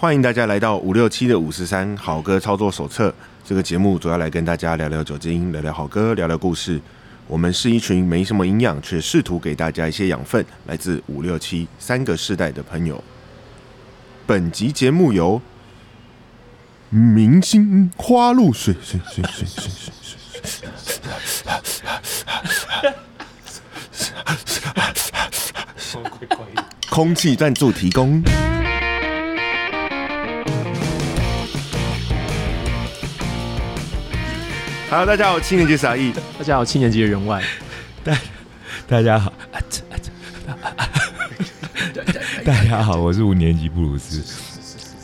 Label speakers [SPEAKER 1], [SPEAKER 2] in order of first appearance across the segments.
[SPEAKER 1] 欢迎大家来到五六七的五十三好歌操作手册。这个节目主要来跟大家聊聊酒精，聊聊好歌，聊聊故事。我们是一群没什么营养，却试图给大家一些养分，来自五六七三个世代的朋友。本集节目由明星花露水水水水水水水
[SPEAKER 2] 怪怪的。
[SPEAKER 1] 空气赞助提供。Hello，大家好，七年级是阿义。
[SPEAKER 2] 大家好，七年级的员外，
[SPEAKER 3] 大家好，大家好，我是五年级布鲁斯。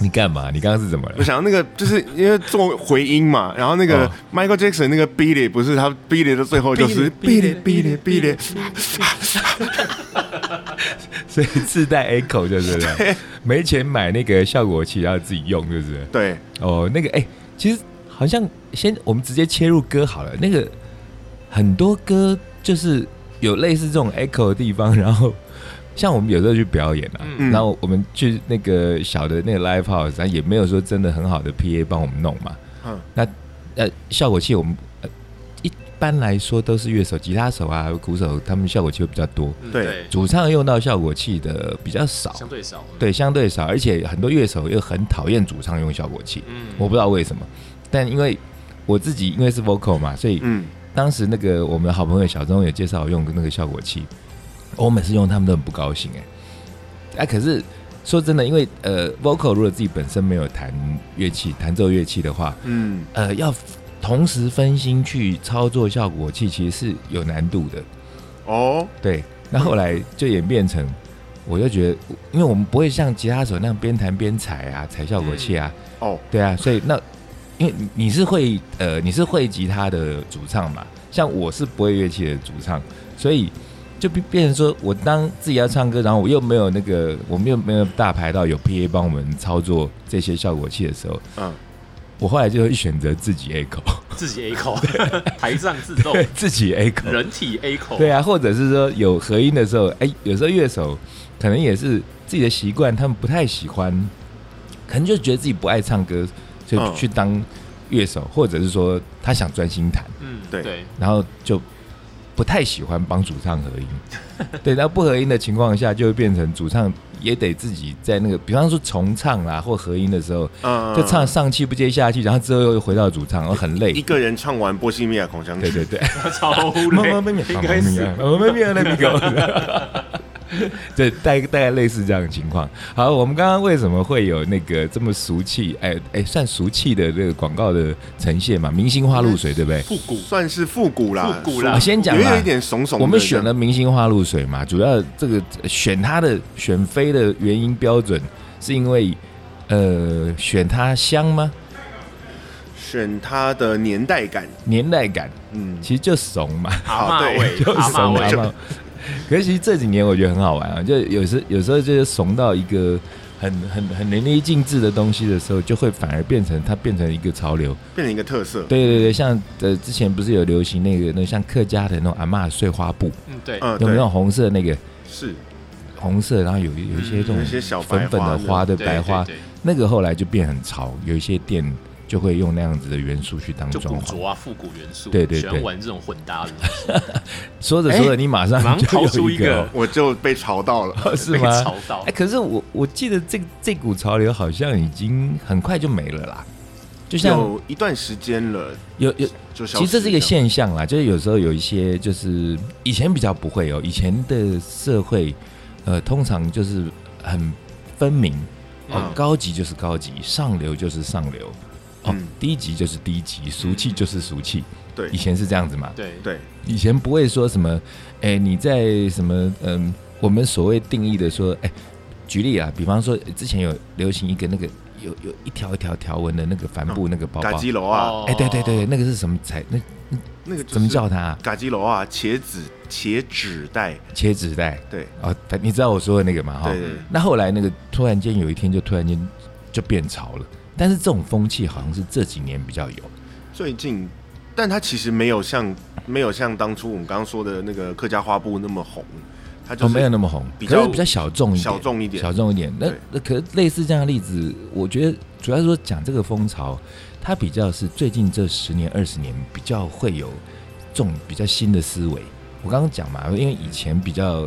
[SPEAKER 3] 你干嘛？你刚刚是怎么
[SPEAKER 1] 我
[SPEAKER 3] 了？
[SPEAKER 1] 想到那个，就是因为做回音嘛，然后那个
[SPEAKER 3] 哦
[SPEAKER 1] Michael Jackson 那个 Billy 不是他 Billy 的最后就是 Billy Billy Billy，
[SPEAKER 3] 所以 自带 echo 就是了，没钱买那个效果器，然后自己用就是。
[SPEAKER 1] 对，
[SPEAKER 3] 哦，那个哎、其实好像先我们直接切入歌好了。那个很多歌就是有类似这种 echo 的地方，然后像我们有时候去表演啊，
[SPEAKER 1] 嗯
[SPEAKER 3] 然后我们去那个小的那个 live house，然后也没有说真的很好的 PA 帮我们弄嘛。
[SPEAKER 1] 嗯
[SPEAKER 3] 那呃效果器我们、呃、一般来说都是乐手、吉他手啊、鼓手他们效果器会比较多，
[SPEAKER 2] 嗯
[SPEAKER 1] 对，
[SPEAKER 3] 主唱用到效果器的比较少，
[SPEAKER 2] 相对少，
[SPEAKER 3] 对，相对少，而且很多乐手又很讨厌主唱用效果器。
[SPEAKER 2] 嗯，
[SPEAKER 3] 我不知道为什么，但因为我自己因为是 vocal 嘛，所以
[SPEAKER 1] 嗯，
[SPEAKER 3] 当时那个我们的好朋友小钟也介绍我用那个效果器，我每次用他们都很不高兴哎、哎、可是说真的，因为呃 vocal 如果自己本身没有弹乐器、弹奏乐器的话，
[SPEAKER 1] 嗯，
[SPEAKER 3] 呃，要同时分心去操作效果器，其实是有难度的。
[SPEAKER 1] 哦，
[SPEAKER 3] 对，那后来就演变成，我就觉得，因为我们不会像吉他手那样边弹边踩啊，踩效果器啊，
[SPEAKER 1] 哦，
[SPEAKER 3] 对啊，所以那因为你你是会呃你是会吉他的主唱嘛，像我是不会乐器的主唱，所以就变变成说我当自己要唱歌，然后我又没有那个我们又没有大牌到有 PA 帮我们操作这些效果器的时候，
[SPEAKER 1] 嗯，
[SPEAKER 3] 我后来就会选择自己 A 口，
[SPEAKER 2] 自己 A 口， 台上自动，
[SPEAKER 1] 哦
[SPEAKER 3] 自己 A 口，
[SPEAKER 2] 人体 A 口，
[SPEAKER 3] 对啊，或者是说有合音的时候，哎、有时候乐手可能也是自己的习惯，他们不太喜欢，可能就觉得自己不爱唱歌，所以
[SPEAKER 1] 嗯
[SPEAKER 3] 去当乐手，或者是说他想专心弹，
[SPEAKER 2] 嗯，
[SPEAKER 1] 对
[SPEAKER 2] 对，
[SPEAKER 3] 然后就不太喜欢帮主唱 合音。对，那不合音的情况下，就会变成主唱也得自己在那个，比方说重唱啦或合音的时候，
[SPEAKER 1] 嗯，
[SPEAKER 3] 就唱上气不接下气，然后之后又回到主唱，然后哦很累
[SPEAKER 1] 一。个人唱完《波西米亚狂想曲
[SPEAKER 3] 对》，对对。
[SPEAKER 2] 超
[SPEAKER 3] 妈
[SPEAKER 2] 累
[SPEAKER 3] 妈咪咪，
[SPEAKER 2] 应该是
[SPEAKER 3] 妈妈咪咪那个。对，大概大概类似这样的情况。好，我们刚刚为什么会有那个这么俗气？哎哎，算俗气的这个广告的呈现嘛？明星花露水，对不对？
[SPEAKER 2] 复古，
[SPEAKER 1] 算是复古啦，
[SPEAKER 2] 复古啦
[SPEAKER 3] 我先讲
[SPEAKER 1] 也
[SPEAKER 3] 啦
[SPEAKER 1] 有一点怂怂的。
[SPEAKER 3] 我们选了明星花露水嘛，主要这个选它的选妃的原因标准，是因为呃选它香吗？
[SPEAKER 1] 选它的年代感，
[SPEAKER 3] 年代感，
[SPEAKER 1] 嗯，
[SPEAKER 3] 其实就怂嘛。
[SPEAKER 2] 阿
[SPEAKER 1] 啊
[SPEAKER 2] 妈
[SPEAKER 1] 对
[SPEAKER 2] 味
[SPEAKER 3] 就，
[SPEAKER 2] 阿妈
[SPEAKER 3] 怂
[SPEAKER 2] 味
[SPEAKER 3] 了，嘛。可是其实这几年我觉得很好玩啊，就有时有时候就是怂到一个很很很淋漓尽致的东西的时候，就会反而变成它变成一个潮流。
[SPEAKER 1] 变成一个特色。
[SPEAKER 3] 对对对，像呃之前不是有流行那个那像客家的那种阿嬷碎花布，
[SPEAKER 2] 嗯，对，
[SPEAKER 1] 嗯，
[SPEAKER 3] 有没有那
[SPEAKER 1] 对，
[SPEAKER 3] 种红色的那个
[SPEAKER 1] 是
[SPEAKER 3] 红色，然后有有一些这种
[SPEAKER 1] 有一些小白
[SPEAKER 3] 粉粉的花
[SPEAKER 1] 花
[SPEAKER 3] 的
[SPEAKER 2] 对
[SPEAKER 3] 白花，
[SPEAKER 2] 对对
[SPEAKER 3] 那个后来就变很潮，有一些店就会用那样子的元素去当
[SPEAKER 2] 就古
[SPEAKER 3] 装潢。
[SPEAKER 2] 着啊，复古元素，
[SPEAKER 3] 对对对
[SPEAKER 2] 喜欢玩这种混搭的东西，
[SPEAKER 3] 说着说着，你马上
[SPEAKER 2] 马上
[SPEAKER 3] 就
[SPEAKER 2] 掏出
[SPEAKER 3] 有
[SPEAKER 2] 一
[SPEAKER 3] 一个
[SPEAKER 2] 个
[SPEAKER 3] 哦，
[SPEAKER 1] 我就被嘲到了。
[SPEAKER 3] 是
[SPEAKER 2] 被
[SPEAKER 3] 吗？
[SPEAKER 2] 吵到
[SPEAKER 3] 哎、，可是我我记得这这股潮流好像已经很快就没了啦，就像
[SPEAKER 1] 有一段时间了，
[SPEAKER 3] 有有，
[SPEAKER 1] 就消
[SPEAKER 3] 其实这是一个
[SPEAKER 1] 失了
[SPEAKER 3] 现象啦，就是有时候有一些就是以前比较不会哦，以前的社会，呃，通常就是很分明，哦，
[SPEAKER 1] 嗯
[SPEAKER 3] 高级就是高级，上流就是上流，哦，
[SPEAKER 1] 嗯
[SPEAKER 3] 低级就是低级，俗气就是俗气，
[SPEAKER 1] 对
[SPEAKER 3] 以前是这样子嘛，
[SPEAKER 2] 对
[SPEAKER 1] 对，
[SPEAKER 3] 以前不会说什么，哎、你在什么，嗯，我们所谓定义的说，哎、举例啊，比方说之前有流行一个那个有有一条一条条纹的那个帆布那个包包，
[SPEAKER 1] 嗯嘎
[SPEAKER 3] 哎、
[SPEAKER 1] 吉楼啊，
[SPEAKER 2] 哦
[SPEAKER 3] 对对对，那个是什么材？那
[SPEAKER 1] 那个就是
[SPEAKER 3] 怎么叫它啊、
[SPEAKER 1] 嘎吉楼啊？茄子茄纸袋，
[SPEAKER 3] 切纸袋
[SPEAKER 1] 对
[SPEAKER 3] 哦，但你知道我说的那个嘛？哈
[SPEAKER 1] 对，对，
[SPEAKER 3] 那后来那个突然间有一天就突然间就变潮了，但是这种风气好像是这几年比较有，
[SPEAKER 1] 最近，但它其实没有像没有像当初我们刚刚说的那个客家花布那么红，它就
[SPEAKER 3] 哦，没有
[SPEAKER 1] 是
[SPEAKER 3] 那么红，
[SPEAKER 1] 比
[SPEAKER 3] 可
[SPEAKER 1] 较
[SPEAKER 3] 是比较小众一点，
[SPEAKER 1] 小众一点
[SPEAKER 3] 小众一点。那
[SPEAKER 1] 对
[SPEAKER 3] 那可是类似这样的例子，我觉得主要是说讲这个风潮，它比较是最近这十年二十年比较会有这种比较新的思维。我刚刚讲嘛，因为以前比较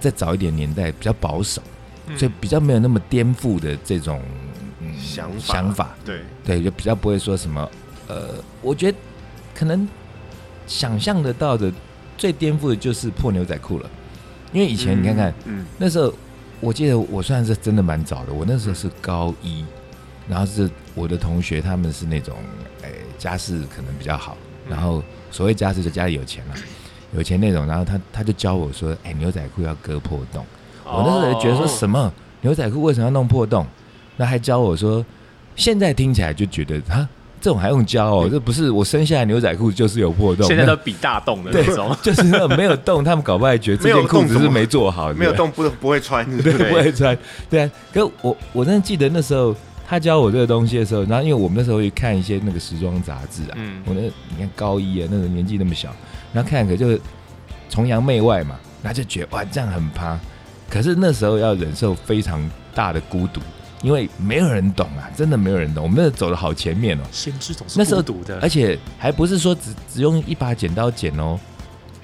[SPEAKER 3] 再早一点年代比较保守，
[SPEAKER 2] 嗯
[SPEAKER 3] 所以比较没有那么颠覆的这种、嗯、
[SPEAKER 1] 想法
[SPEAKER 3] 想法。
[SPEAKER 1] 对
[SPEAKER 3] 对，就比较不会说什么，呃，我觉得可能想象得到的最颠覆的就是破牛仔裤了，因为以
[SPEAKER 1] 以
[SPEAKER 3] 前你看看、，
[SPEAKER 1] 嗯，
[SPEAKER 3] 那时候，我记得我算是真的蛮早的，我那时候是高一，然后是我的同学他们是那种，哎、家世可能比较好，然后所谓家世就家里有钱了、有钱那种，然后他他就教我说，哎、牛仔裤要割破洞。
[SPEAKER 2] 哦
[SPEAKER 3] 我那时候觉得说什
[SPEAKER 2] 么？
[SPEAKER 3] 么牛仔裤为什么要弄破洞？那还教我说，现在听起来就觉得哈，这种还用教哦？这不是我生下来牛仔裤就是有破洞，
[SPEAKER 2] 现在
[SPEAKER 3] 那
[SPEAKER 2] 都比大洞的
[SPEAKER 3] 对
[SPEAKER 2] 那种，，
[SPEAKER 3] 就是那种没有洞，他们搞不好还觉得这
[SPEAKER 1] 没
[SPEAKER 3] 件
[SPEAKER 1] 有
[SPEAKER 3] 裤
[SPEAKER 1] 洞
[SPEAKER 3] 子
[SPEAKER 1] 怎
[SPEAKER 3] 是
[SPEAKER 1] 么
[SPEAKER 3] 没做好，
[SPEAKER 1] 没有
[SPEAKER 3] 对
[SPEAKER 1] 洞不不会 穿，对不
[SPEAKER 3] 呃对，不
[SPEAKER 1] 对？
[SPEAKER 3] 会穿。对啊，可我我真的记得那时候他教我这个东西的时候，然后因为我们那时候会看一些那个时装杂志啊，
[SPEAKER 2] 嗯
[SPEAKER 3] 我那你看高一啊，那时候年纪那么小，然后看可就崇洋媚外嘛，然后就觉得哇这样很趴，可是那时候要忍受非常大的孤独，因为没有人懂啊，真的没有人懂，我们那时候走的好前面哦，
[SPEAKER 2] 先知总是
[SPEAKER 3] 那时候
[SPEAKER 2] 孤独的，
[SPEAKER 3] 而且还不是说只只用一把剪刀剪哦，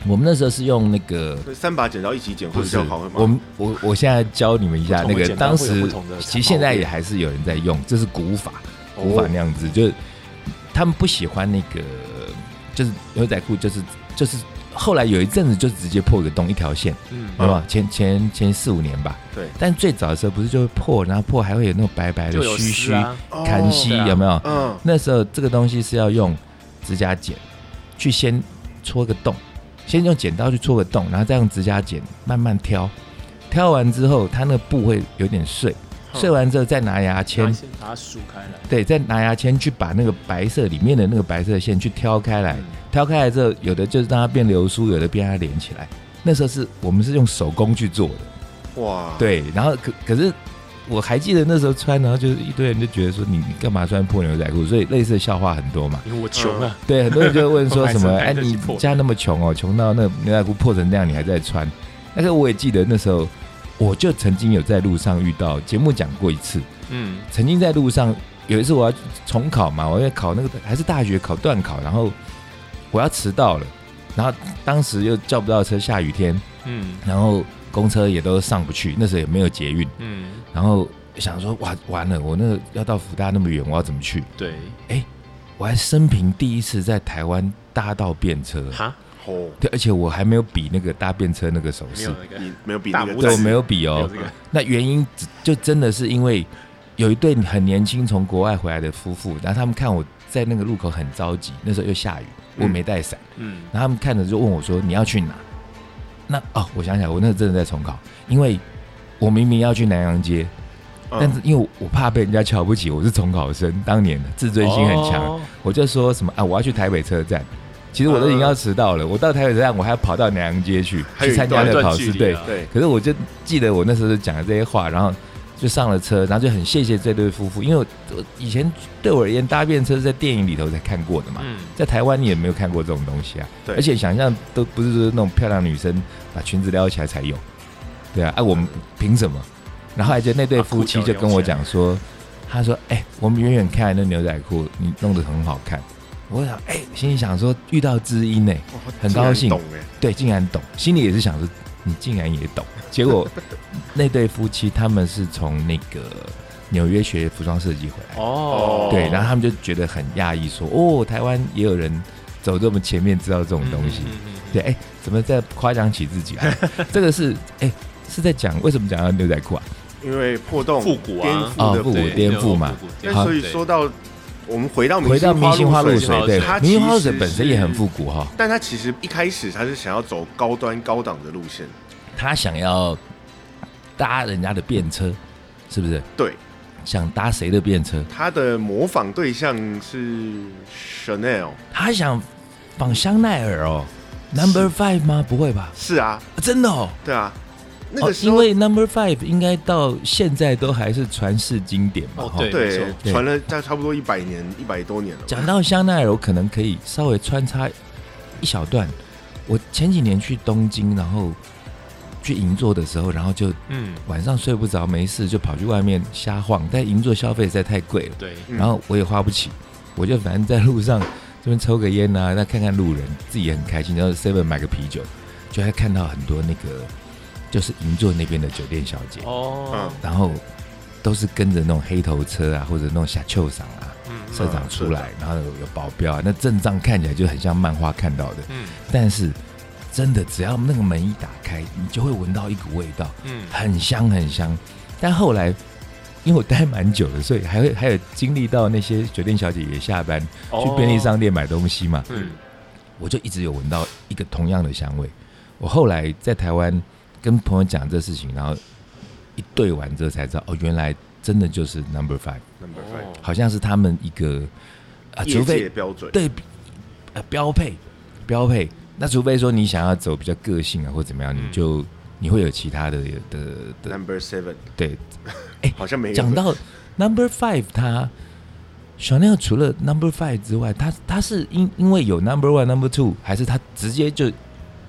[SPEAKER 3] 我们那时候是用那个
[SPEAKER 1] 三把剪刀一起剪会
[SPEAKER 3] 不
[SPEAKER 1] 比
[SPEAKER 3] 是
[SPEAKER 1] 较好会吗？
[SPEAKER 3] 我们我我现在教你们一下
[SPEAKER 2] 不
[SPEAKER 3] 那
[SPEAKER 2] 同的
[SPEAKER 3] 个
[SPEAKER 2] 剪刀
[SPEAKER 3] 当
[SPEAKER 2] 会有
[SPEAKER 3] 时
[SPEAKER 2] 不同的，
[SPEAKER 3] 其实现在
[SPEAKER 2] 长毛
[SPEAKER 3] 也还是有人在用，这是古法，
[SPEAKER 1] 哦
[SPEAKER 3] 古法那样子，就是他们不喜欢那个，就是牛仔裤，就是就是后来有一阵子就直接破个洞一条线，
[SPEAKER 2] 嗯
[SPEAKER 3] 好不好？前前前四五年吧，
[SPEAKER 1] 对，
[SPEAKER 3] 但最早的时候不是就会破，然后破还会有那种白白的
[SPEAKER 2] 就有
[SPEAKER 3] 须须
[SPEAKER 2] 丝、啊，
[SPEAKER 1] 哦
[SPEAKER 3] 砍膝，
[SPEAKER 2] 对啊
[SPEAKER 3] 有没有？
[SPEAKER 1] 嗯，
[SPEAKER 3] 那时候这个东西是要用指甲剪去先戳个洞，先用剪刀去戳个洞，然后再用指甲剪慢慢挑，挑完之后它那个布会有点碎，
[SPEAKER 1] 嗯
[SPEAKER 2] 嗯
[SPEAKER 3] 碎完之后再拿牙
[SPEAKER 2] 拿
[SPEAKER 3] 签，
[SPEAKER 2] 先把它梳开来，
[SPEAKER 3] 对，再拿牙签去把那个白色里面的那个白色的线去挑开来，
[SPEAKER 2] 嗯
[SPEAKER 3] 挑开来之后，有的就是让它变流苏，有的变它连起来。那时候是我们是用手工去做的，
[SPEAKER 1] 嗯哇，，
[SPEAKER 3] 对，然后可可是我还记得那时候穿，然后就是一堆人就觉得说你你干嘛穿破牛仔裤，所以类似的笑话很多嘛。
[SPEAKER 2] 因为我穷啊，
[SPEAKER 3] 对，很多人就会问说什么？
[SPEAKER 2] 我还是买
[SPEAKER 3] 哎，
[SPEAKER 2] 得起
[SPEAKER 3] 你
[SPEAKER 2] 破的
[SPEAKER 3] 家那么穷哦，穷到那牛仔裤破成那样，你还在穿？但是我也记得那时候，我就曾经有在路上遇到，节目讲过一次，
[SPEAKER 2] 嗯，
[SPEAKER 3] 曾经在路上有一次我要重考嘛，我要考那个还是大学考段考，然后我要迟到了，然后当时又叫不到车，下雨天，
[SPEAKER 2] 嗯
[SPEAKER 3] 然后公车也都上不去，那时候也没有捷运，
[SPEAKER 2] 嗯，
[SPEAKER 3] 然后想说哇完了，我那个要到福大那么远，我要怎么去？
[SPEAKER 2] 对，
[SPEAKER 3] 我还生平第一次在台湾搭到便车，
[SPEAKER 2] 哈，
[SPEAKER 1] 哦，
[SPEAKER 3] 对，而且我还没有比那个搭便车那个手
[SPEAKER 2] 没
[SPEAKER 3] 势
[SPEAKER 2] 有，那个，
[SPEAKER 1] 你没有比
[SPEAKER 2] 大
[SPEAKER 1] 那个
[SPEAKER 2] 拇
[SPEAKER 3] 对，我
[SPEAKER 2] 指
[SPEAKER 3] 没有比
[SPEAKER 2] 没有
[SPEAKER 3] 哦
[SPEAKER 2] 这。个，
[SPEAKER 3] 那原因只就真的是因为有一对很年轻从国外回来的夫妇，然后他们看我在那个路口很着急，那时候又下雨，我
[SPEAKER 1] 嗯
[SPEAKER 3] 没带伞，
[SPEAKER 2] 嗯，
[SPEAKER 3] 然后他们看着就问我说：“你要去哪？”那哦，我想起来，我那个真的在重考，因为我明明要去南洋街，
[SPEAKER 1] 嗯
[SPEAKER 3] 但是因为我怕被人家瞧不起，我是重考生，当年自尊心很强，
[SPEAKER 2] 哦
[SPEAKER 3] 我就说什么啊，我要去台北车站。其实我都
[SPEAKER 2] 嗯
[SPEAKER 3] 已经要迟到了，我到台北车站，我还要跑到南洋街去
[SPEAKER 1] 还有
[SPEAKER 3] 去
[SPEAKER 1] 一
[SPEAKER 3] 参加
[SPEAKER 1] 段
[SPEAKER 3] 那个
[SPEAKER 2] 段
[SPEAKER 3] 考
[SPEAKER 2] 距
[SPEAKER 3] 试。
[SPEAKER 2] 离
[SPEAKER 3] 对
[SPEAKER 2] 啊，
[SPEAKER 1] 嗯对，
[SPEAKER 3] 可是我就记得我那时候就讲了这些话，然后就上了车，然后就很谢谢这对夫妇，因为我我以前对我而言搭便车是在电影里头才看过的嘛，
[SPEAKER 2] 嗯，
[SPEAKER 3] 在台湾你也没有看过这种东西啊。
[SPEAKER 1] 对
[SPEAKER 3] 而且想象都不是说那种漂亮女生把裙子撩起来才有，对啊，啊我们凭什么？然后来就那对
[SPEAKER 2] 把裤
[SPEAKER 3] 夫妻
[SPEAKER 2] 脚
[SPEAKER 3] 就
[SPEAKER 2] 撩
[SPEAKER 3] 跟
[SPEAKER 2] 起
[SPEAKER 3] 我
[SPEAKER 2] 来
[SPEAKER 3] 讲说，他说：“哎、我们远远看那牛仔裤，你弄得很好看。”我想，哎、心里想说遇到知音呢、
[SPEAKER 1] 哇
[SPEAKER 3] 很高
[SPEAKER 1] 竟
[SPEAKER 3] 兴
[SPEAKER 1] 然懂哎，
[SPEAKER 3] 对，竟然懂，心里也是想说你竟然也懂。结果那对夫妻他们是从那个纽约学服装设计回来，
[SPEAKER 2] 哦，
[SPEAKER 3] 对，然后他们就觉得很讶异，说：“哦，台湾也有人走这么前面，知道这种
[SPEAKER 2] 嗯
[SPEAKER 3] 东西。，
[SPEAKER 2] 嗯嗯嗯嗯
[SPEAKER 3] 对，哎、怎么在夸奖起自己啊？这个是哎、是在讲为什么讲到牛仔裤啊？
[SPEAKER 1] 因为破洞
[SPEAKER 2] 复古啊
[SPEAKER 1] 颠
[SPEAKER 3] 哦
[SPEAKER 1] 覆的
[SPEAKER 3] 复古
[SPEAKER 1] 对
[SPEAKER 2] 对
[SPEAKER 3] 颠覆嘛，
[SPEAKER 1] 那
[SPEAKER 2] 颠
[SPEAKER 3] 好
[SPEAKER 1] 所以
[SPEAKER 2] 对
[SPEAKER 1] 说到我们回到
[SPEAKER 3] 回到明星花露水，对
[SPEAKER 1] 它，
[SPEAKER 3] 明
[SPEAKER 1] 其
[SPEAKER 3] 星花露
[SPEAKER 1] 实
[SPEAKER 3] 水本身也很
[SPEAKER 1] 是
[SPEAKER 3] 复古哈、
[SPEAKER 1] 但他其实一开始他是想要走高端高档的路线，
[SPEAKER 3] 他想要搭人家的便车，是不是？
[SPEAKER 1] 对，
[SPEAKER 3] 想搭谁的便车？
[SPEAKER 1] 他的模仿对象是 Chanel，
[SPEAKER 3] 他想仿香奈儿哦，Number Five 吗？不会吧？
[SPEAKER 1] 是啊，
[SPEAKER 3] 啊真的哦，
[SPEAKER 1] 对啊，那个
[SPEAKER 3] 哦
[SPEAKER 1] 时
[SPEAKER 3] 因
[SPEAKER 1] 候、
[SPEAKER 3] 为 Number Five 应该到现在都还是传世经典嘛。
[SPEAKER 2] 哦
[SPEAKER 3] 哈
[SPEAKER 2] 对没
[SPEAKER 1] 对
[SPEAKER 2] 错
[SPEAKER 3] 对
[SPEAKER 1] 传了大差不多一百年一百多年了吧，
[SPEAKER 3] 讲到香奈儿，我可能可以稍微穿插一小段。我前几年去东京，然后去银座的时候，然后就
[SPEAKER 2] 嗯，
[SPEAKER 3] 晚上睡不着，没事就跑去外面瞎晃，但银座消费实在太贵了，
[SPEAKER 2] 对，
[SPEAKER 1] 嗯
[SPEAKER 3] 然后我也花不起，我就反正在路上这边抽个烟啊，那看看路人，自己也很开心，然后 seven 买个啤酒，就还看到很多那个就是银座那边的酒店小姐，
[SPEAKER 2] 哦，
[SPEAKER 3] 然后都是跟着那种黑头车啊，或者那种小秋赏啊，
[SPEAKER 2] 嗯
[SPEAKER 3] 社长出来，然后有有保镖啊，那阵仗看起来就很像漫画看到的，
[SPEAKER 2] 嗯
[SPEAKER 3] 但是真的只要那个门一打开，你就会闻到一股味道，
[SPEAKER 2] 嗯
[SPEAKER 3] 很香很香。但后来因为我待蛮久的，所以还会 还有经历到那些酒店小姐也下班
[SPEAKER 2] 哦
[SPEAKER 3] 去便利商店买东西嘛，
[SPEAKER 2] 嗯
[SPEAKER 3] 我就一直有闻到一个同样的香味。我后来在台湾跟朋友讲这事情，然后一对完之后才知道，哦，原来真的就是 Number Five，
[SPEAKER 1] Number Five，
[SPEAKER 2] 哦
[SPEAKER 3] 好像是他们一个啊，
[SPEAKER 1] 业
[SPEAKER 3] 除非
[SPEAKER 1] 界标准，
[SPEAKER 3] 对，呃，标配，标配。那除非说你想要走比较个性啊，或怎么样，
[SPEAKER 2] 嗯
[SPEAKER 3] 你就你会有其他的的的
[SPEAKER 1] ，Number Seven，
[SPEAKER 3] 对。
[SPEAKER 1] 好像没有
[SPEAKER 3] 讲到 Number Five，它 Chanel 除了 Number Five 之外，它它是因因为有 Number One、Number Two，还是它直接就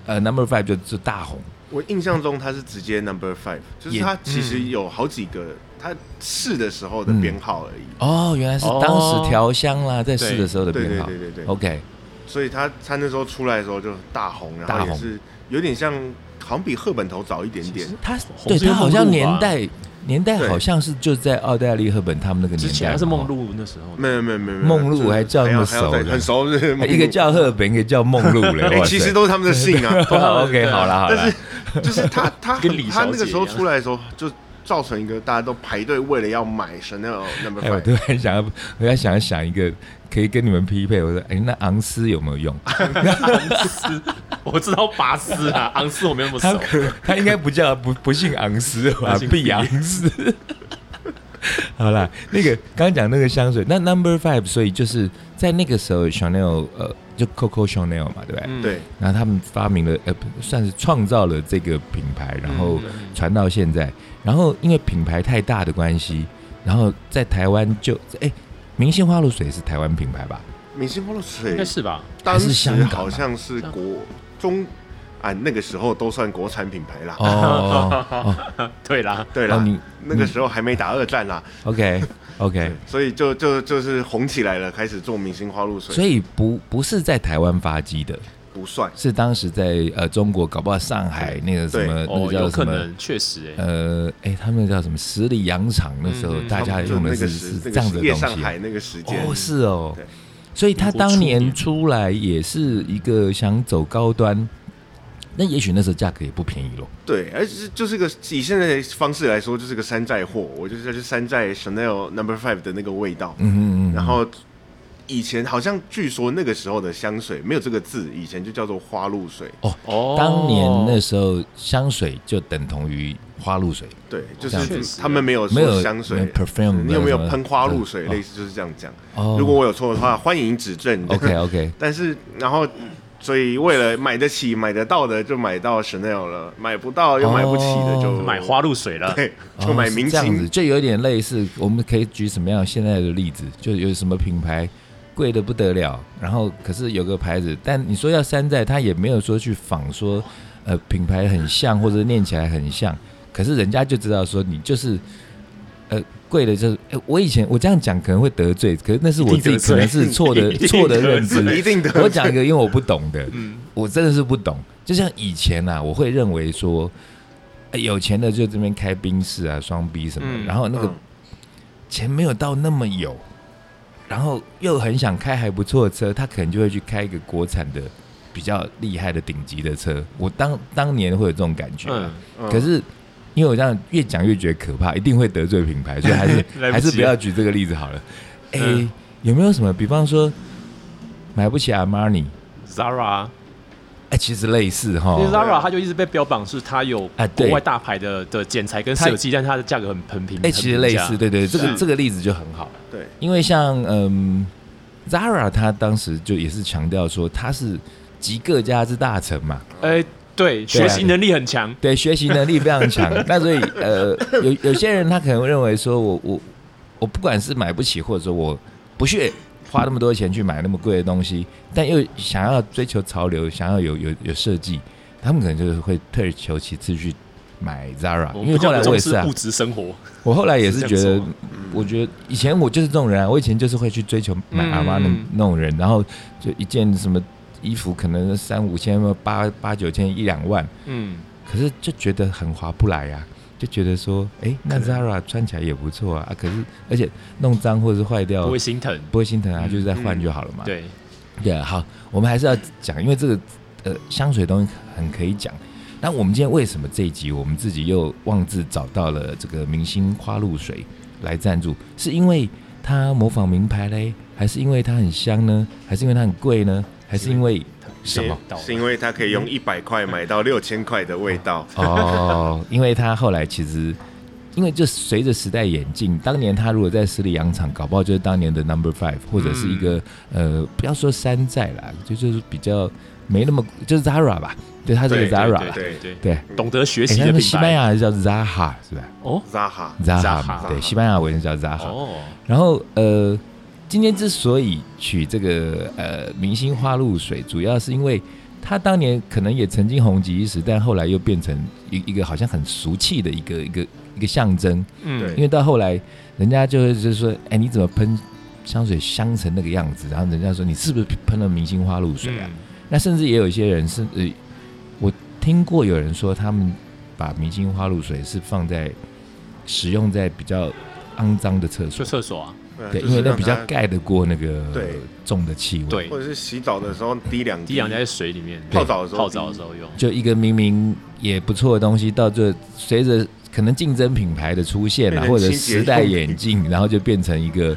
[SPEAKER 3] 呃 Number Five 就就大红？
[SPEAKER 1] 我印象中他是直接 number five，就是
[SPEAKER 3] 也嗯
[SPEAKER 1] 他其实有好几个他试的时候的编号而已，
[SPEAKER 3] 哦，原来是当时调香啦，在试的时候的
[SPEAKER 1] 对
[SPEAKER 3] 编
[SPEAKER 1] 对
[SPEAKER 3] 号。
[SPEAKER 1] 对对对，
[SPEAKER 3] OK，
[SPEAKER 1] 所以他他那时候出来的时候就大红，然后
[SPEAKER 3] 大
[SPEAKER 1] 也
[SPEAKER 3] 红
[SPEAKER 1] 是有点像，好像比赫本头早一点点，
[SPEAKER 3] 它
[SPEAKER 2] 红
[SPEAKER 3] 对
[SPEAKER 2] 是因为
[SPEAKER 3] 它好像
[SPEAKER 2] 梦露
[SPEAKER 3] 年
[SPEAKER 2] 吧
[SPEAKER 3] 代年代
[SPEAKER 1] 对
[SPEAKER 3] 好像是就在奥黛丽赫本他们那个年
[SPEAKER 2] 之
[SPEAKER 3] 代，
[SPEAKER 2] 前还是梦
[SPEAKER 3] 哦
[SPEAKER 2] 露那时候的，
[SPEAKER 1] 没有没有没有，没有
[SPEAKER 3] 梦露
[SPEAKER 1] 就是
[SPEAKER 3] 还叫那么
[SPEAKER 1] 要还要再
[SPEAKER 3] 熟的
[SPEAKER 1] 很熟是不是梦露
[SPEAKER 3] 一个叫赫本，一个叫梦露嘞。
[SPEAKER 1] 哎
[SPEAKER 3] 哇塞哦
[SPEAKER 1] 其实都是他们的姓啊，
[SPEAKER 2] 啊
[SPEAKER 3] OK，
[SPEAKER 2] 对啊
[SPEAKER 3] 好啦好
[SPEAKER 1] 但
[SPEAKER 3] 啦
[SPEAKER 1] 是，就是他他
[SPEAKER 2] 跟李
[SPEAKER 1] 他
[SPEAKER 2] 小姐
[SPEAKER 1] 那个时候
[SPEAKER 2] 一样
[SPEAKER 1] 出来的时候就造成一个大家都排队为了要买 Chanel number
[SPEAKER 3] 哎，我
[SPEAKER 1] five，
[SPEAKER 3] 突然想要，我要想要想一个可以跟你们匹配。我说，哎，那昂斯有没有用？
[SPEAKER 2] 昂斯，我知道拔丝啊，昂斯我没那么
[SPEAKER 3] 他
[SPEAKER 2] 熟，
[SPEAKER 3] 可他应该不叫不不姓昂斯吧
[SPEAKER 2] 他？姓毕
[SPEAKER 3] 碧昂斯。 好啦，那个刚刚讲那个香水，那 Number Five，所以就是在那个时候，Chanel 呃，就 Coco Chanel 嘛，对不对？
[SPEAKER 2] 嗯
[SPEAKER 1] 对，
[SPEAKER 3] 然后他们发明了，呃，不算是创造了这个品牌，然后
[SPEAKER 2] 嗯嗯
[SPEAKER 3] 传到现在。然后因为品牌太大的关系，然后在台湾就哎，明星花露水是台湾品牌吧？
[SPEAKER 1] 明星花露水
[SPEAKER 2] 应该是吧？
[SPEAKER 1] 当
[SPEAKER 3] 还是香
[SPEAKER 1] 时
[SPEAKER 3] 港啊
[SPEAKER 1] 好像是国中啊，那个时候都算国产品牌啦。
[SPEAKER 3] 哦 哦哦
[SPEAKER 2] 对啦，
[SPEAKER 1] 对
[SPEAKER 3] 哦
[SPEAKER 1] 啦
[SPEAKER 3] 你，嗯哎
[SPEAKER 1] 那个时候还没打二战啦，
[SPEAKER 3] ，OK OK，
[SPEAKER 1] 所以就就就是红起来了，开始做明星花露水，
[SPEAKER 3] 所以不不是在台湾发迹的，
[SPEAKER 1] 不算。
[SPEAKER 3] 是当时在呃中国，搞不好上海那个什么那
[SPEAKER 2] 哦，
[SPEAKER 3] 个叫
[SPEAKER 2] 有
[SPEAKER 3] 什
[SPEAKER 2] 可
[SPEAKER 3] 么。
[SPEAKER 2] 能确实哎，
[SPEAKER 3] 呃，哎，他们叫什么十里洋场？那时候
[SPEAKER 2] 嗯嗯
[SPEAKER 3] 大家
[SPEAKER 1] 就
[SPEAKER 3] 用
[SPEAKER 1] 那
[SPEAKER 3] 的
[SPEAKER 1] 个
[SPEAKER 3] 是
[SPEAKER 1] 时那个
[SPEAKER 3] 是这样
[SPEAKER 1] 时
[SPEAKER 3] 子的
[SPEAKER 1] 夜
[SPEAKER 3] 东
[SPEAKER 1] 上
[SPEAKER 3] 西啊。
[SPEAKER 1] 海那个时间
[SPEAKER 3] 哦，，是哦
[SPEAKER 1] 对，
[SPEAKER 3] 所以他当
[SPEAKER 2] 民
[SPEAKER 3] 年
[SPEAKER 2] 国
[SPEAKER 3] 出来也是一个想走高端，那也许那时候价格也不便宜咯。
[SPEAKER 1] 对，而且就是个以现在的方式来说，就是个山寨货，我就是要去山寨 Chanel Number Five 的那个味道。
[SPEAKER 3] 嗯嗯嗯。
[SPEAKER 1] 然后以前好像据说那个时候的香水没有这个字，以前就叫做花露水，
[SPEAKER 2] 哦，
[SPEAKER 3] 当年那时候香水就等同于花露水，
[SPEAKER 1] 对，就
[SPEAKER 3] 这样
[SPEAKER 1] 是
[SPEAKER 2] 子
[SPEAKER 1] 他们没有
[SPEAKER 3] 没有
[SPEAKER 1] 说香
[SPEAKER 3] 没
[SPEAKER 1] 水
[SPEAKER 3] 有 perfume，
[SPEAKER 1] 你有没有
[SPEAKER 3] 什么
[SPEAKER 1] 喷花露水？
[SPEAKER 3] 哦
[SPEAKER 1] 类似就是这样讲。
[SPEAKER 3] 哦
[SPEAKER 1] 如果我有错的话，欢迎指正。
[SPEAKER 3] OK 哦 OK，
[SPEAKER 1] 但是然后，所以为了买得起、买得到的就买到 Chanel 了，买不到又买不起的就
[SPEAKER 3] 哦
[SPEAKER 2] 买花，露水了，
[SPEAKER 1] 对，就买明
[SPEAKER 3] 这样子，
[SPEAKER 1] 星。
[SPEAKER 3] 就有点类似，我们可以举什么样现在的例子？就有什么品牌贵的不得了，然后可是有个牌子，但你说要山寨，它也没有说去仿说，呃，品牌很像或者念起来很像，可是人家就知道说你就是。呃，贵的就是，哎我以前我这样讲可能会得罪，可是那是我自己
[SPEAKER 2] 一定得
[SPEAKER 3] 可
[SPEAKER 2] 罪
[SPEAKER 3] 能是错 的
[SPEAKER 2] 一定
[SPEAKER 3] 错的
[SPEAKER 2] 得
[SPEAKER 3] 认知
[SPEAKER 2] 罪，
[SPEAKER 1] 一定的，
[SPEAKER 3] 我讲一个，因为我不懂的，
[SPEAKER 2] 嗯
[SPEAKER 3] 我真的是不懂。就像以前啊，我会认为说，呃有钱的就这边开宾士啊、双 B 什么的，
[SPEAKER 2] 嗯
[SPEAKER 3] 然后那个
[SPEAKER 1] 嗯
[SPEAKER 3] 钱没有到那么有，然后又很想开还不错的车，他可能就会去开一个国产的比较厉害的顶级的车。我当当年会有这种感觉啊、
[SPEAKER 2] 嗯，
[SPEAKER 1] 嗯
[SPEAKER 3] 可是因为我这样越讲越觉得可怕，一定会得罪品牌，所以还是
[SPEAKER 2] 来不及了
[SPEAKER 3] 还是不要举这个例子好了。哎、
[SPEAKER 2] 嗯
[SPEAKER 3] 有没有什么？比方说买不起 Armani，
[SPEAKER 2] Zara，
[SPEAKER 3] 哎、其实类似哈
[SPEAKER 2] 因为，Zara 它就一直被标榜是它有
[SPEAKER 3] 哦哎
[SPEAKER 2] 国
[SPEAKER 3] 对
[SPEAKER 2] 外大牌的的剪裁跟设计，但它的价格很很平，
[SPEAKER 3] 哎、
[SPEAKER 2] 很
[SPEAKER 3] 其实
[SPEAKER 2] 平
[SPEAKER 3] 类
[SPEAKER 2] 价
[SPEAKER 3] 似，，对对，这个
[SPEAKER 1] 是
[SPEAKER 3] 这个例子就很好，
[SPEAKER 1] 对，
[SPEAKER 3] 因为像嗯，Zara 他当时就也是强调说他是集各家之大成嘛，
[SPEAKER 2] 哎，对，学习能力很强，
[SPEAKER 3] 啊对，学习能力非 常强。那所以呃，有有些人他可能会认为说我我我不管是买不起，或者说我不屑花那么多钱去买那么贵的东西，但又想要追求潮流，想要有有有设计，他们可能就是会退而求其次去买 Zara，
[SPEAKER 2] 我
[SPEAKER 3] 因
[SPEAKER 2] 们
[SPEAKER 3] 为
[SPEAKER 2] 比
[SPEAKER 3] 后来
[SPEAKER 2] 较
[SPEAKER 3] 我
[SPEAKER 2] 重
[SPEAKER 3] 也是
[SPEAKER 2] 视
[SPEAKER 3] 啊
[SPEAKER 2] 物，质生活，
[SPEAKER 3] 我后来也是
[SPEAKER 2] 是这
[SPEAKER 3] 觉
[SPEAKER 2] 样
[SPEAKER 3] 得
[SPEAKER 2] 说吗，
[SPEAKER 3] 我觉得以前我就是这种人啊，我以前就是会去追求买阿妈那
[SPEAKER 2] 嗯
[SPEAKER 3] 那种人，然后就一件什么衣服可能三五千、八八九千、一两万，
[SPEAKER 2] 嗯，
[SPEAKER 3] 可是就觉得很划不来呀、啊就觉得说，哎、那
[SPEAKER 2] 可
[SPEAKER 3] Zara 穿起来也不错啊，啊可是而且弄脏或者是坏掉
[SPEAKER 2] 不会心疼，
[SPEAKER 3] 不会心疼啊，
[SPEAKER 2] 嗯
[SPEAKER 3] 就是再换就好了嘛。
[SPEAKER 2] 对，
[SPEAKER 3] 对啊，好，我们还是要讲，因为这个呃香水东西很可以讲。那我们今天为什么这一集我们自己又妄自找到了这个明星花露水来赞助？是因为它模仿名牌嘞，还是因为它很香呢？还是因为它很贵呢？还是因为什么？
[SPEAKER 2] 到
[SPEAKER 1] 是因为它可以用一百块买到六千块的味道。
[SPEAKER 3] 哦，因为他后来其实，因为就随着时代演进，当年他如果在十里洋场，搞不好就是当年的 Number Five，或者是一个、
[SPEAKER 2] 嗯
[SPEAKER 3] 呃，不要说山寨啦，就就是比较没那么就是 Zara 吧，对，他是个
[SPEAKER 1] 对对
[SPEAKER 3] Zara
[SPEAKER 2] 对
[SPEAKER 3] 啦，
[SPEAKER 2] 对对
[SPEAKER 3] 对，
[SPEAKER 1] 嗯
[SPEAKER 2] 对，懂得学
[SPEAKER 3] 哎
[SPEAKER 2] 习
[SPEAKER 3] 他
[SPEAKER 2] 的
[SPEAKER 3] 们
[SPEAKER 2] 品
[SPEAKER 3] 西班
[SPEAKER 2] 牌
[SPEAKER 3] 牙人叫 Zaha 是吧
[SPEAKER 2] 哦
[SPEAKER 1] Zaha，
[SPEAKER 3] ？Zaha 嘛
[SPEAKER 2] Zaha
[SPEAKER 3] 对，西班牙文叫 Zaha。
[SPEAKER 2] 哦，
[SPEAKER 3] 然后呃，今天之所以取这个呃明星花露水，主要是因为他当年可能也曾经红极一时，但后来又变成一一个好像很俗气的一个一个一个象征。
[SPEAKER 2] 嗯
[SPEAKER 3] 因为到后来，人家就会就是说，哎，你怎么喷香水香成那个样子？然后人家说你是不是喷了明星花露水啊？
[SPEAKER 2] 嗯
[SPEAKER 3] 那甚至也有一些人是呃，我听过有人说他们把明星花露水是放在使用在比较肮脏的厕
[SPEAKER 2] 就，
[SPEAKER 3] 所
[SPEAKER 2] 厕所啊，
[SPEAKER 3] 对，
[SPEAKER 1] 就是
[SPEAKER 3] 因为那
[SPEAKER 1] 让
[SPEAKER 3] 比较
[SPEAKER 1] 它
[SPEAKER 3] 盖得过那个
[SPEAKER 1] 对
[SPEAKER 3] 重的气味。
[SPEAKER 2] 对
[SPEAKER 1] 或，者是洗澡的时候滴两
[SPEAKER 2] 滴两在水里面，
[SPEAKER 1] 泡澡的时候
[SPEAKER 2] 泡澡的时候用，
[SPEAKER 3] 就一个明明也不错的东西，到最后随着可能竞争品牌的出现啦，
[SPEAKER 1] 变成
[SPEAKER 3] 或者
[SPEAKER 1] 清洁
[SPEAKER 3] 时代
[SPEAKER 1] 用品
[SPEAKER 3] 演进，然后就变成一个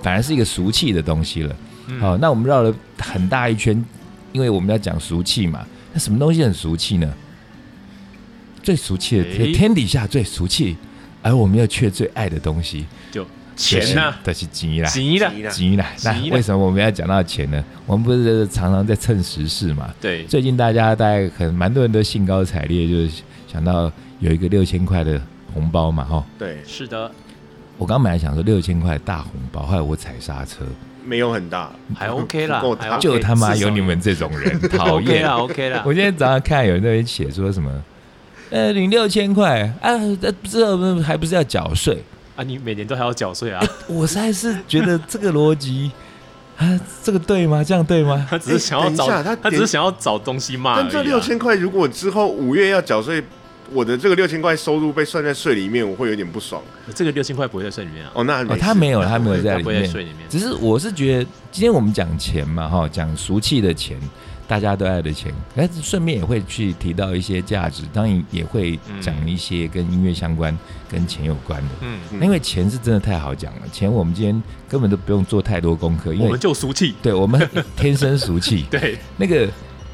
[SPEAKER 3] 反而是一个俗气的东西了。
[SPEAKER 2] 嗯
[SPEAKER 3] 好，那我们绕了很大一圈，因为我们要讲俗气嘛。那什么东西很俗气呢？最俗气的，
[SPEAKER 2] 诶
[SPEAKER 3] 天底下最俗气，而我们又却最爱的东西，
[SPEAKER 2] 就钱呐，
[SPEAKER 3] 都是急啦，
[SPEAKER 2] 急了，
[SPEAKER 1] 急了
[SPEAKER 3] 急啦。那
[SPEAKER 2] 急啦
[SPEAKER 3] 为什么我们要讲到钱呢？我们不是常常在蹭时事嘛？
[SPEAKER 2] 对，
[SPEAKER 3] 最近大家大概很蛮多人都兴高采烈，就是想到有一个六千块的红包嘛，哈。
[SPEAKER 1] 对，
[SPEAKER 2] 是的，
[SPEAKER 3] 我刚本来想说六千块大红包，后来我踩刹车，
[SPEAKER 1] 没有很大，
[SPEAKER 2] 还 OK 啦
[SPEAKER 1] 不够，
[SPEAKER 2] 还
[SPEAKER 1] 大
[SPEAKER 2] OK，
[SPEAKER 3] 就他妈
[SPEAKER 2] 至少
[SPEAKER 3] 有你们这种人，讨
[SPEAKER 2] OK 啊
[SPEAKER 3] 厌
[SPEAKER 2] 啦，OK 啦
[SPEAKER 3] 我，今天早上看有人在那边写说什么，呃，领六千块啊，呃这还不是要缴税？
[SPEAKER 2] 啊，你每年都还要缴税啊，
[SPEAKER 1] 哎
[SPEAKER 3] 我实在是觉得这个逻辑啊，这个对吗？这样对 吗？
[SPEAKER 2] 他只是想
[SPEAKER 1] 哎
[SPEAKER 2] 要
[SPEAKER 1] 等一下
[SPEAKER 2] 找，
[SPEAKER 1] 他
[SPEAKER 2] 他只是想要找东西骂而已啊。
[SPEAKER 1] 但这六千块如果之后五月要缴税，我的这个六千块收入被算在税里面，我会有点不爽。
[SPEAKER 2] 这个六千块不会在税里面啊，
[SPEAKER 1] 哦，那
[SPEAKER 3] 哦，
[SPEAKER 1] 事
[SPEAKER 3] 他没有，他没有在
[SPEAKER 2] 他
[SPEAKER 3] 里
[SPEAKER 2] 不会在
[SPEAKER 3] 面。
[SPEAKER 2] 税里面。
[SPEAKER 3] 只是我是觉得，今天我们讲钱嘛，哈，讲俗气的钱，大家都爱的钱，但是顺便也会去提到一些价值，当然也会讲一些跟音乐相关、跟钱有关的。
[SPEAKER 2] 嗯，
[SPEAKER 1] 嗯
[SPEAKER 3] 因为钱是真的太好讲了，钱我们今天根本都不用做太多功课，因
[SPEAKER 2] 我
[SPEAKER 3] 为
[SPEAKER 2] 们就俗气，
[SPEAKER 3] 对我们天生俗气。
[SPEAKER 2] 对，
[SPEAKER 3] 那个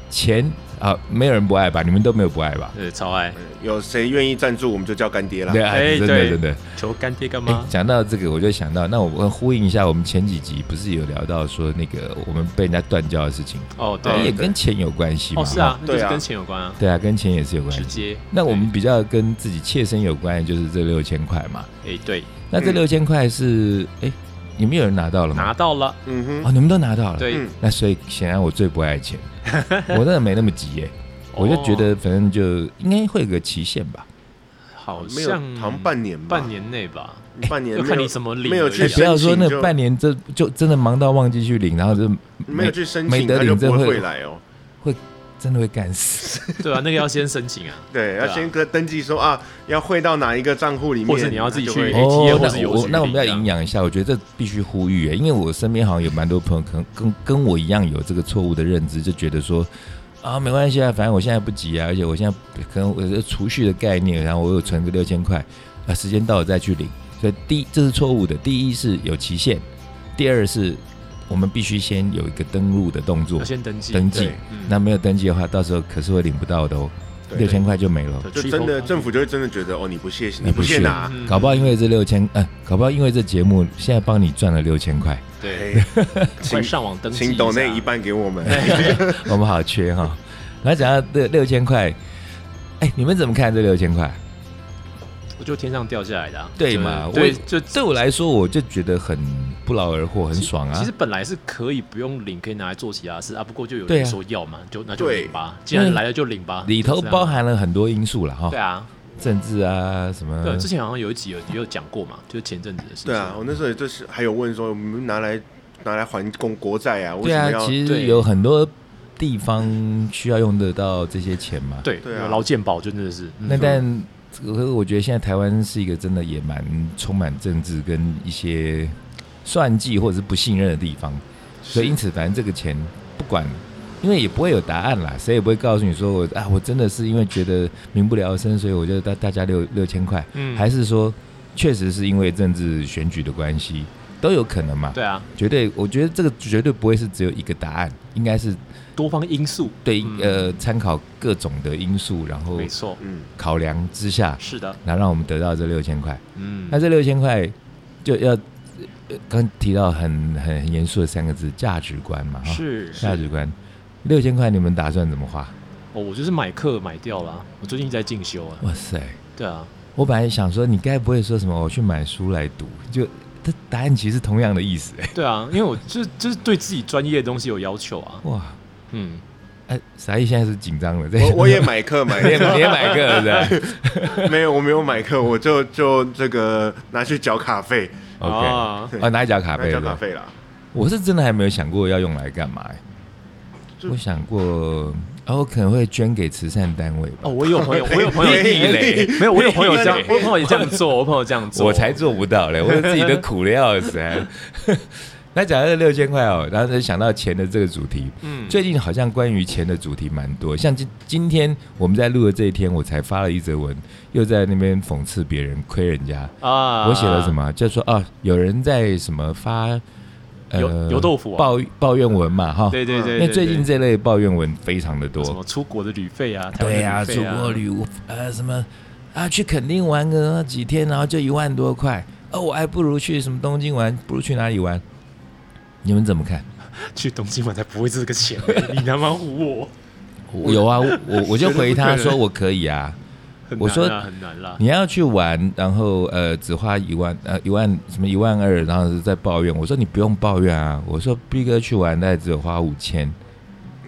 [SPEAKER 3] 钱啊，没有人不爱吧？你们都没有不爱吧？
[SPEAKER 2] 呃，超爱
[SPEAKER 1] 有谁愿意赞助，我们就叫干爹啦。
[SPEAKER 3] 对啊，
[SPEAKER 2] 哎
[SPEAKER 3] 真的
[SPEAKER 2] 对
[SPEAKER 3] 真的。
[SPEAKER 2] 求干爹干
[SPEAKER 3] 哎
[SPEAKER 2] 妈，
[SPEAKER 3] 讲到这个，我就想到，那我呼应一下，我们前几集不是有聊到说那个我们被人家断交的事情，
[SPEAKER 2] 哦，
[SPEAKER 3] 哎
[SPEAKER 2] 对，
[SPEAKER 3] 也跟钱有关系嘛？
[SPEAKER 2] 哦，是啊，那就
[SPEAKER 1] 对
[SPEAKER 2] 是
[SPEAKER 1] 啊
[SPEAKER 2] 跟钱有关啊
[SPEAKER 3] 哈，，对啊，跟钱也是有关
[SPEAKER 2] 直
[SPEAKER 3] 系。
[SPEAKER 2] 接。
[SPEAKER 3] 那我们比较跟自己切身有关的就是这六千块嘛。
[SPEAKER 2] 哎，对，
[SPEAKER 3] 那这
[SPEAKER 1] 嗯
[SPEAKER 3] 六千块是哎、你们有人拿到了
[SPEAKER 2] 拿
[SPEAKER 3] 吗？
[SPEAKER 2] 到了，
[SPEAKER 1] 嗯哼，
[SPEAKER 3] 哦，你们都拿到了。
[SPEAKER 2] 对
[SPEAKER 1] 嗯，
[SPEAKER 3] 那所以显然我最不爱钱，我真的没那么急耶、
[SPEAKER 2] 哦
[SPEAKER 3] 我就觉得反正就应该会有个期限吧。
[SPEAKER 2] 哦好
[SPEAKER 1] 没有，
[SPEAKER 2] 像
[SPEAKER 1] 好像半年吧，
[SPEAKER 2] 半年内吧，
[SPEAKER 1] 嗯半年
[SPEAKER 2] 就
[SPEAKER 1] 没
[SPEAKER 2] 看
[SPEAKER 1] 有
[SPEAKER 2] 你怎么领
[SPEAKER 1] 没有
[SPEAKER 2] 而已
[SPEAKER 1] 去
[SPEAKER 2] 啊
[SPEAKER 3] 哎，
[SPEAKER 1] 申
[SPEAKER 3] 不要说
[SPEAKER 1] 请
[SPEAKER 3] 那
[SPEAKER 1] 就
[SPEAKER 3] 半年这就真的忙到忘记去领，然后就
[SPEAKER 1] 没有去申
[SPEAKER 3] 没
[SPEAKER 1] 请，
[SPEAKER 3] 得
[SPEAKER 1] 他就
[SPEAKER 3] 领这
[SPEAKER 1] 不
[SPEAKER 3] 会
[SPEAKER 1] 会来哦。
[SPEAKER 3] 真的会干死。
[SPEAKER 2] 对啊，那个要先申请啊，
[SPEAKER 1] 对，要
[SPEAKER 2] 对啊
[SPEAKER 1] 先跟登记说啊，要汇到哪一个账户里面，
[SPEAKER 2] 或者你要自己
[SPEAKER 1] 他就
[SPEAKER 2] 去
[SPEAKER 1] 会
[SPEAKER 2] 哎企业或是
[SPEAKER 3] 哦那
[SPEAKER 2] 邮
[SPEAKER 3] 我
[SPEAKER 2] 局
[SPEAKER 3] 那我们要
[SPEAKER 2] 领啊
[SPEAKER 3] 营养一下，我觉得这必须呼吁耶，因为我身边好像有蛮多朋友，可能跟跟我一样有这个错误的认知，就觉得说啊没关系啊，反正我现在不急啊，而且我现在可能我有储蓄的概念，然后我有存个六千块，啊时间到了再去领，所以第一这是错误的，第一是有期限，第二是我们必须先有一个登录的动作
[SPEAKER 2] 要，先登记，
[SPEAKER 3] 登记
[SPEAKER 1] 对。
[SPEAKER 2] 嗯
[SPEAKER 3] 那没有登记的话，到时候可是会领不到的哦，
[SPEAKER 1] 对
[SPEAKER 3] 六千块就没了。
[SPEAKER 1] 就真的政府就会真的觉得哦，你不屑，你不
[SPEAKER 3] 哎不屑
[SPEAKER 1] 屑拿，
[SPEAKER 2] 嗯
[SPEAKER 3] 搞不好因为这六千，呃，搞不好因为这节目现在帮你赚了六千块，
[SPEAKER 2] 对，
[SPEAKER 1] 哎
[SPEAKER 2] 快
[SPEAKER 1] 请
[SPEAKER 2] 上网登记，
[SPEAKER 1] 请抖那一，半给我们。
[SPEAKER 3] 我们好缺哈、然后讲到这六千块，哎，你们怎么看这六千块？
[SPEAKER 2] 就天上掉下来的、啊，
[SPEAKER 3] 对嘛
[SPEAKER 2] 就是
[SPEAKER 3] 我啊
[SPEAKER 2] 对，就
[SPEAKER 3] 对我来说，我就觉得很不劳而获，很
[SPEAKER 2] 其
[SPEAKER 3] 爽啊。
[SPEAKER 2] 其实本来是可以不用领，可以拿来做其他事啊。不过就有
[SPEAKER 3] 对啊
[SPEAKER 2] 人说要嘛，就那就
[SPEAKER 1] 对
[SPEAKER 2] 领吧。既然来了就领吧。
[SPEAKER 3] 里头
[SPEAKER 2] 这样
[SPEAKER 3] 包含了很多因素了哈
[SPEAKER 2] 对，啊，
[SPEAKER 3] 政治啊什么
[SPEAKER 2] 对，，之前好像有一集有也有讲过嘛，就是前阵子的事情。
[SPEAKER 1] 对啊，我那时候也就是还有问说，我们拿来拿来还公国债啊，为
[SPEAKER 3] 对
[SPEAKER 1] 什么
[SPEAKER 3] 啊，
[SPEAKER 1] 要？
[SPEAKER 3] 其实
[SPEAKER 2] 对
[SPEAKER 3] 有很多地方需要用得到这些钱嘛。
[SPEAKER 2] 对，
[SPEAKER 1] 对啊
[SPEAKER 2] 劳健保真的是，嗯
[SPEAKER 3] 那但这个我觉得现在台湾是一个真的也蛮充满政治跟一些算计或者是不信任的地方，所以因此反正这个钱不管，因为也不会有答案啦，谁也不会告诉你说我啊我真的是因为觉得民不聊生，所以我就大大家六六千块，
[SPEAKER 2] 嗯
[SPEAKER 3] 还是说确实是因为政治选举的关系，都有可能嘛。
[SPEAKER 2] 对啊，
[SPEAKER 3] 绝对，我觉得这个绝对不会是只有一个答案，应该是
[SPEAKER 2] 多方因素，
[SPEAKER 3] 对、
[SPEAKER 2] 嗯
[SPEAKER 3] 呃参考各种的因素，然后
[SPEAKER 2] 没错，
[SPEAKER 1] 嗯，
[SPEAKER 3] 考量之下，
[SPEAKER 2] 是的，
[SPEAKER 3] 然后让我们得到这六千块。
[SPEAKER 2] 嗯，
[SPEAKER 3] 那这六千块就要呃刚提到很很很严肃的三个字，价值观嘛，哈，
[SPEAKER 2] 是
[SPEAKER 3] 价值观。六千块你们打算怎么花？
[SPEAKER 2] 哦，我就是买课买掉了啊，我最近在进修啊，
[SPEAKER 3] 哇塞，
[SPEAKER 2] 对啊，
[SPEAKER 3] 我本来想说你该不会说什么我去买书来读，就这答案其实是同样的意思、哎，
[SPEAKER 2] 对啊，因为我就是就是对自己专业的东西有要求啊，
[SPEAKER 3] 哇，
[SPEAKER 2] 嗯，
[SPEAKER 3] 哎、傻义现在是紧张了，在
[SPEAKER 1] 我 我也买课买
[SPEAKER 3] 也也买个了对不对
[SPEAKER 1] 没有，我没有买课，我就就这个拿去缴卡费，
[SPEAKER 3] ？OK，啊，拿一角卡
[SPEAKER 1] 拿
[SPEAKER 3] 费
[SPEAKER 1] 缴
[SPEAKER 3] 了。
[SPEAKER 1] 卡费啦。
[SPEAKER 3] 我是真的还没有想过要用来干嘛、欸，
[SPEAKER 1] 就
[SPEAKER 3] 我想过，啊，我可能会捐给慈善单位吧。
[SPEAKER 2] 哦，我有朋友，我有 朋友
[SPEAKER 1] 地雷
[SPEAKER 2] 没有，我有朋友这样
[SPEAKER 1] 地，雷
[SPEAKER 2] 我有朋友也这样做，我朋友这样做，
[SPEAKER 3] 我才做不到嘞，我自己都苦的要死、 啊。那讲到六千块哦，然后就想到钱的这个主题，
[SPEAKER 2] 嗯，
[SPEAKER 3] 最近好像关于钱的主题蛮多，像今今天我们在录的这一天，我才发了一则文，又在那边讽刺别人、亏人家。
[SPEAKER 2] 啊，
[SPEAKER 3] 我写了什？么？就说啊，有人在什么发呃
[SPEAKER 2] 油油豆腐啊
[SPEAKER 3] 抱抱怨文嘛，哈。
[SPEAKER 2] 对对对，
[SPEAKER 3] 因为
[SPEAKER 2] 对
[SPEAKER 3] 最近
[SPEAKER 2] 对
[SPEAKER 3] 这类抱怨文非常的多，
[SPEAKER 2] 什么出国的旅费啊，台湾的
[SPEAKER 3] 对呀、
[SPEAKER 2] 旅
[SPEAKER 3] 出
[SPEAKER 2] 费
[SPEAKER 3] 国旅呃什么啊，去垦丁玩个几天，然后就一万多块，哦，我还不如去什么东京玩，不如去哪里玩？你们怎么看？
[SPEAKER 2] 去东京玩才不会这个钱嘞，你他妈唬我，
[SPEAKER 3] 有啊，我我我就回他
[SPEAKER 1] 觉得不可
[SPEAKER 3] 说
[SPEAKER 1] 能
[SPEAKER 3] 我可以啊，
[SPEAKER 2] 很
[SPEAKER 3] 我说
[SPEAKER 2] 难啊很难啦，
[SPEAKER 3] 你要去玩，然后呃只花一万呃一万什么一万二，然后再抱怨，我说你不用抱怨啊，我说 B 哥去玩大概只有花五千，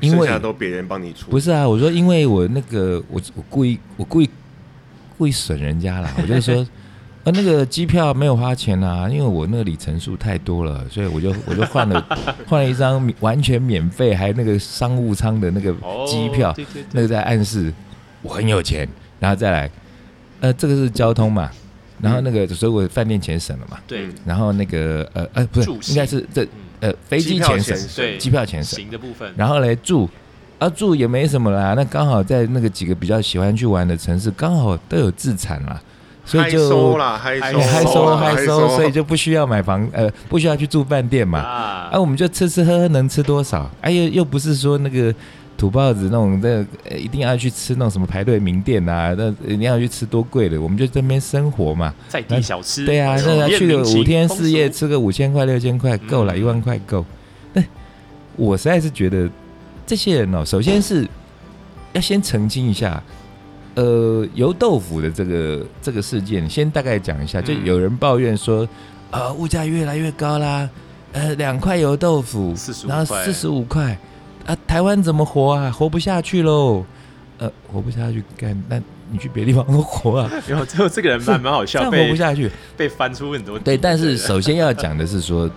[SPEAKER 3] 因
[SPEAKER 1] 剩
[SPEAKER 3] 为
[SPEAKER 1] 下都别人帮你出，
[SPEAKER 3] 不是啊，我说因为我那个我我故意我故意故意损人家啦，我就说。呃，那个机票没有花钱啊，因为我那个里程数太多了，所以我就我就换了换了一张免完全免费，还有那个商务舱的那个
[SPEAKER 2] 哦
[SPEAKER 3] 机票，
[SPEAKER 2] 对对对
[SPEAKER 3] 那个在暗示我很有钱，然后再来，呃，这个是交通嘛，然后那
[SPEAKER 2] 嗯
[SPEAKER 3] 个、所以我饭店钱省了嘛，
[SPEAKER 2] 对
[SPEAKER 1] 嗯
[SPEAKER 3] 然后那个呃呃不是
[SPEAKER 2] 住，嗯宿
[SPEAKER 3] 应该是这呃飞机
[SPEAKER 1] 票
[SPEAKER 3] 钱
[SPEAKER 1] 钱
[SPEAKER 3] 省，
[SPEAKER 2] 对
[SPEAKER 3] 机票钱省，
[SPEAKER 2] 行的部分，
[SPEAKER 3] 然后嘞住，啊住也没什么啦，那刚好在那个几个比较喜欢去玩的城市，刚好都有自产啦，所
[SPEAKER 1] 嗨
[SPEAKER 3] 以就
[SPEAKER 1] 收 啦，嗨
[SPEAKER 2] 嗨
[SPEAKER 1] 收
[SPEAKER 3] 哎嗨
[SPEAKER 2] 收
[SPEAKER 3] 收
[SPEAKER 2] 啦
[SPEAKER 3] 嗨收，所以就不需要买房，呃，不需要去住饭店嘛，
[SPEAKER 2] 啊
[SPEAKER 3] 啊，我们就吃吃喝喝能吃多少，哎、又又不是说那个。土包子那种的、呃，一定要去吃那种什么排队名店啊，那一定要去吃多贵的，我们就这边生活嘛。
[SPEAKER 2] 在地小吃，
[SPEAKER 3] 对啊，那
[SPEAKER 2] 体
[SPEAKER 3] 要
[SPEAKER 2] 验
[SPEAKER 3] 去个
[SPEAKER 2] 民情
[SPEAKER 3] 五天
[SPEAKER 2] 风
[SPEAKER 3] 四夜，
[SPEAKER 2] 俗
[SPEAKER 3] 吃个五千块六千块够了，
[SPEAKER 2] 嗯
[SPEAKER 3] 一万块够。但我实在是觉得这些人哦，首先是要先澄清一下，呃，油豆腐的这个这个事件，先大概讲一下，就
[SPEAKER 2] 嗯
[SPEAKER 3] 有人抱怨说，呃，物价越来越高啦，呃，两块油豆腐，
[SPEAKER 2] 45
[SPEAKER 3] 然后
[SPEAKER 2] 块
[SPEAKER 3] 四十五块，啊，台湾怎么活啊？活不下去喽，呃，活不下去干，那你去别地方 活啊，
[SPEAKER 2] 然后最后这个人蛮蛮好
[SPEAKER 3] 这样
[SPEAKER 2] 笑，
[SPEAKER 3] 活
[SPEAKER 2] 被
[SPEAKER 3] 不下去。
[SPEAKER 2] 被翻出很多
[SPEAKER 3] 对，但是
[SPEAKER 2] 对
[SPEAKER 3] 首先要讲的是说，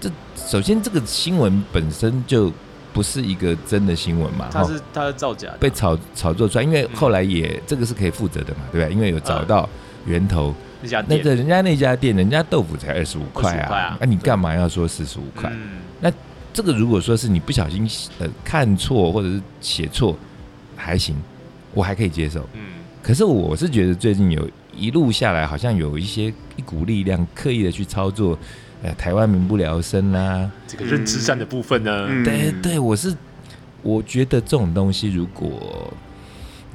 [SPEAKER 3] 这首先这个新闻本身就不是一个真的新闻嘛，
[SPEAKER 2] 他
[SPEAKER 3] 哈，
[SPEAKER 2] 是他是造假的，
[SPEAKER 3] 被炒炒作出来，因为后来也、这个是可以负责的嘛，对不对？因为有找到源头，
[SPEAKER 2] 那家
[SPEAKER 3] 那
[SPEAKER 2] 店
[SPEAKER 3] 个人家那家店，人家豆腐才二十五块
[SPEAKER 2] 25块
[SPEAKER 3] 啊
[SPEAKER 2] 啊，
[SPEAKER 3] 那、你干嘛要说四十五块？
[SPEAKER 2] 嗯
[SPEAKER 3] 这个如果说是你不小心呃看错或者是写错，还行，我还可以接受。
[SPEAKER 2] 嗯
[SPEAKER 3] 可是我是觉得最近有一路下来，好像有一些一股力量刻意的去操作，呃，台湾民不聊生啦、
[SPEAKER 2] 这个认知战的部分呢，
[SPEAKER 1] 嗯
[SPEAKER 3] 对对，我是我觉得这种东西，如果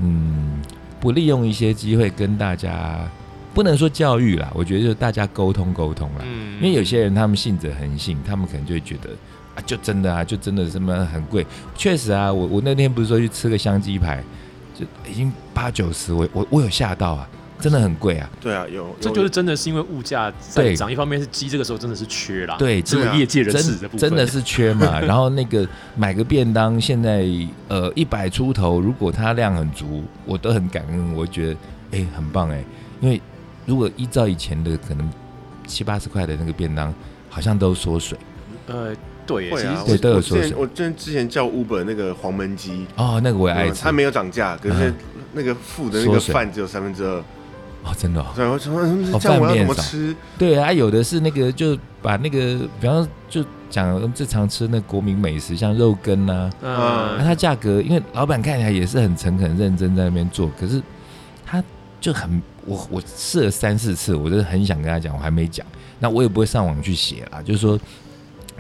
[SPEAKER 3] 嗯不利用一些机会跟大家，不能说教育啦，我觉得就是大家沟通沟通啦。
[SPEAKER 2] 嗯
[SPEAKER 3] 因为有些人他们信者恒信，他们可能就会觉得啊，就真的啊，就真的什么很贵。确实啊，我我那天不是说去吃个香鸡排，就已经八九十，我我我有吓到啊，真的很贵啊。
[SPEAKER 1] 对啊，有，有
[SPEAKER 2] 这就是真的是因为物价在
[SPEAKER 3] 对
[SPEAKER 2] 涨，一方面是鸡这个时候真的是缺啦，，
[SPEAKER 3] 对，
[SPEAKER 2] 这
[SPEAKER 1] 对
[SPEAKER 2] 个
[SPEAKER 1] 啊
[SPEAKER 2] 业界人士的
[SPEAKER 3] 真
[SPEAKER 2] 部分
[SPEAKER 3] 真的是缺 嘛。然后那个买个便当，现在呃一百出头，如果它量很足，我都很感恩，我觉得哎、很棒哎、因为如果依照以前的可能七八十块的那个便当，好像都缩水
[SPEAKER 2] 呃，对耶，
[SPEAKER 1] 会啊，
[SPEAKER 2] 其
[SPEAKER 3] 对
[SPEAKER 1] 我
[SPEAKER 2] 实
[SPEAKER 3] 都有
[SPEAKER 1] 我之
[SPEAKER 3] 说是
[SPEAKER 1] 前我之之前叫 Uber 那个黄焖鸡，
[SPEAKER 3] 哦。那个我也爱
[SPEAKER 1] 嗯
[SPEAKER 3] 吃，
[SPEAKER 1] 它没有涨价，可是那个付的那
[SPEAKER 3] 哎缩
[SPEAKER 1] 个
[SPEAKER 3] 水
[SPEAKER 1] 饭只有三分之二，
[SPEAKER 3] 哦，真的、哦。
[SPEAKER 1] 所以我说嗯
[SPEAKER 3] 哦
[SPEAKER 1] 这样我
[SPEAKER 3] 饭
[SPEAKER 1] 要
[SPEAKER 3] 变
[SPEAKER 1] 怎么
[SPEAKER 3] 少
[SPEAKER 1] 吃？
[SPEAKER 3] 对啊，有的是那个就把那个，比方说就讲最常吃那国民美食，像肉羹呐、啊，那、
[SPEAKER 2] 嗯，
[SPEAKER 3] 它价格，因为老板看起来也是很诚恳、认真在那边做，可是他就很，我我试了三四次，我真的很想跟他讲，我还没讲，那我也不会上网去写啦，就是说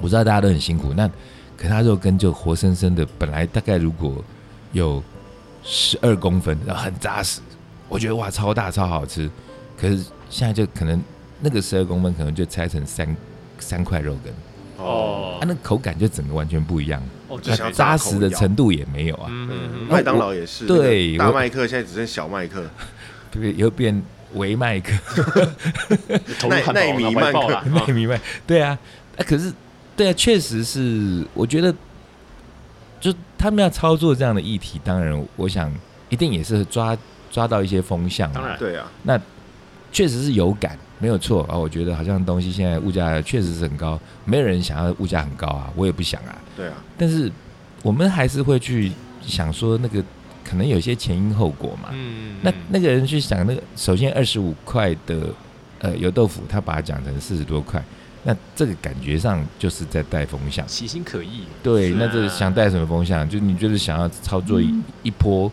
[SPEAKER 3] 我知道大家都很辛苦，那可他肉羹就活生生的，本来大概如果有十二公分，然后很扎实，我觉得哇超大超好吃，可是现在就可能那个十二公分可能就拆成三三块肉羹，
[SPEAKER 2] 哦
[SPEAKER 3] 啊，那口感就整个完全不一样。
[SPEAKER 2] 哦，
[SPEAKER 1] 就
[SPEAKER 2] 对
[SPEAKER 1] 想要
[SPEAKER 3] 扎实的程度也没有啊，
[SPEAKER 2] 嗯
[SPEAKER 1] 嗯，
[SPEAKER 2] 嗯
[SPEAKER 1] 麦当劳也是，
[SPEAKER 3] 对
[SPEAKER 1] 那个
[SPEAKER 3] 我
[SPEAKER 1] 大麦克现在只剩小麦克，
[SPEAKER 3] 对，又变微麦克、
[SPEAKER 2] 嗯，投入汉堡
[SPEAKER 1] 奈米
[SPEAKER 2] 脑白爆啦，
[SPEAKER 3] 麦
[SPEAKER 2] 嗯
[SPEAKER 3] 米麦，对啊，啊可是对啊，确实是，我觉得就他们要操作这样的议题，当然我想一定也是抓抓到一些风向啊，
[SPEAKER 2] 当然
[SPEAKER 1] 对啊，
[SPEAKER 3] 确实是有感，没有错啊，我觉得好像东西现在物价确实是很高，没有人想要物价很高啊，我也不想啊，
[SPEAKER 1] 对啊，
[SPEAKER 3] 但是我们还是会去想说那个可能有些前因后果嘛，
[SPEAKER 2] 嗯，
[SPEAKER 3] 那
[SPEAKER 2] 嗯
[SPEAKER 3] 那个人去想，那个首先二十五块的呃油豆腐，他把它讲成四十多块，那这个感觉上就是在带风向。
[SPEAKER 2] 其心可异，
[SPEAKER 3] 对，
[SPEAKER 2] 是
[SPEAKER 3] 那这
[SPEAKER 2] 啊
[SPEAKER 3] 想带什么风向？就你就是想要操作一,、一波，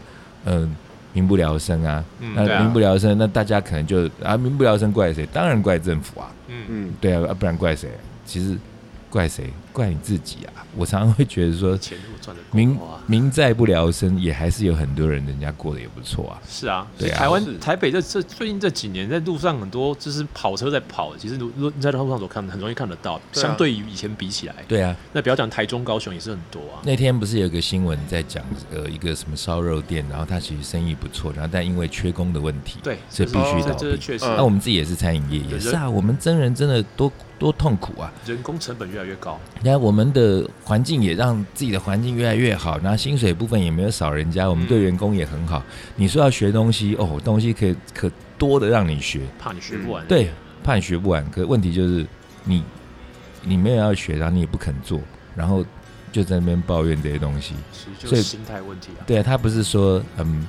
[SPEAKER 3] 嗯、民不聊生啊。
[SPEAKER 2] 嗯，对
[SPEAKER 3] 那民
[SPEAKER 2] 啊
[SPEAKER 3] 不，聊生，那大家可能就啊，民不聊生怪谁？当然怪政府啊。
[SPEAKER 2] 嗯，
[SPEAKER 1] 嗯，
[SPEAKER 3] 对啊，啊不然怪谁？其实怪谁？怪你自己啊。我常常会觉得说，
[SPEAKER 2] 钱如果赚的
[SPEAKER 3] 民
[SPEAKER 2] 啊，
[SPEAKER 3] 民在不聊生，也还是有很多人人家过得也不错啊。
[SPEAKER 2] 是啊，
[SPEAKER 3] 对啊
[SPEAKER 2] 台
[SPEAKER 1] 是
[SPEAKER 2] 湾台北这这最近这几年，在路上很多就是跑车在跑，其实如如你在路上所看，很容易看得到。
[SPEAKER 1] 对啊
[SPEAKER 2] 相对于以前比起来，
[SPEAKER 3] 对啊，
[SPEAKER 2] 那不要讲台中、高雄也是很多啊。
[SPEAKER 3] 那天不是有个新闻在讲，呃，一个什么烧肉店，然后他其实生意不错，然后但因为缺工的问题，
[SPEAKER 2] 对，
[SPEAKER 3] 所以
[SPEAKER 2] 这
[SPEAKER 3] 必
[SPEAKER 2] 是
[SPEAKER 3] 须
[SPEAKER 2] 这
[SPEAKER 3] 倒
[SPEAKER 2] 这是
[SPEAKER 3] 闭。
[SPEAKER 2] 确实，
[SPEAKER 1] 嗯
[SPEAKER 3] 那我们自己也是餐饮业，也是啊，我们真人真的多多痛苦啊。
[SPEAKER 2] 人工成本越来越高。
[SPEAKER 3] 然后我们的环境也让自己的环境越来越好，然后薪水部分也没有少人家，我们对员工也很好。你说要学东西哦，东西可以可多的让你学，
[SPEAKER 2] 怕你学不完。，
[SPEAKER 3] 嗯对，怕你学不完。可问题就是你你没有要学，然后你也不肯做，然后就在那边抱怨这些东西。
[SPEAKER 2] 其实就
[SPEAKER 3] 所以
[SPEAKER 2] 是心态问题啊。
[SPEAKER 3] 对啊，他不是说嗯，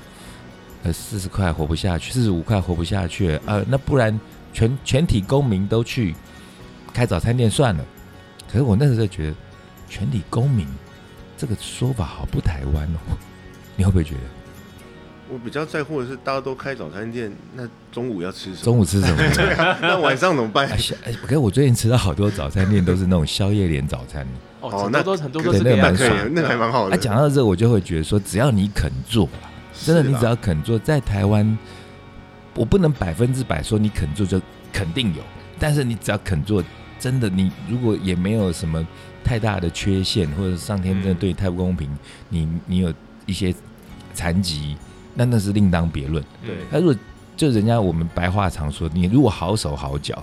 [SPEAKER 3] 呃，四十块活不下去，四十五块活不下去，呃，那不然全全体公民都去开早餐店算了。可是我那时候就觉得，全体公民这个说法好不台湾哦，你会不会觉得
[SPEAKER 1] 我比较在乎的是大家都开早餐店，那中午要吃什么？
[SPEAKER 3] 中午吃什么？
[SPEAKER 1] 那晚上怎么办
[SPEAKER 3] 啊，？宵哎可是我最近吃到好多早餐店都是那种宵夜连早餐。
[SPEAKER 1] 哦
[SPEAKER 2] 哦，很
[SPEAKER 1] 那
[SPEAKER 2] 多都很多
[SPEAKER 3] 可
[SPEAKER 2] 都是
[SPEAKER 3] 能
[SPEAKER 2] 这
[SPEAKER 1] 那
[SPEAKER 2] 样
[SPEAKER 3] 蛮
[SPEAKER 1] 可以
[SPEAKER 3] 爽
[SPEAKER 1] 啊，那个还蛮好
[SPEAKER 3] 啊，
[SPEAKER 1] 的。
[SPEAKER 3] 讲到这我就会觉得说，只要你肯做啦，真的，
[SPEAKER 1] 是
[SPEAKER 3] 你
[SPEAKER 1] 啦
[SPEAKER 3] 只要肯做，在台湾，我不能百分之百说你肯做就肯定有，但是你只要肯做，真的，你如果也没有什么太大的缺陷，或者上天真的
[SPEAKER 1] 嗯
[SPEAKER 3] 对你太不公平，你你有一些残疾，那那是另当别论。
[SPEAKER 1] 对
[SPEAKER 3] 那如果就人家我们白话常说，你如果好手好脚，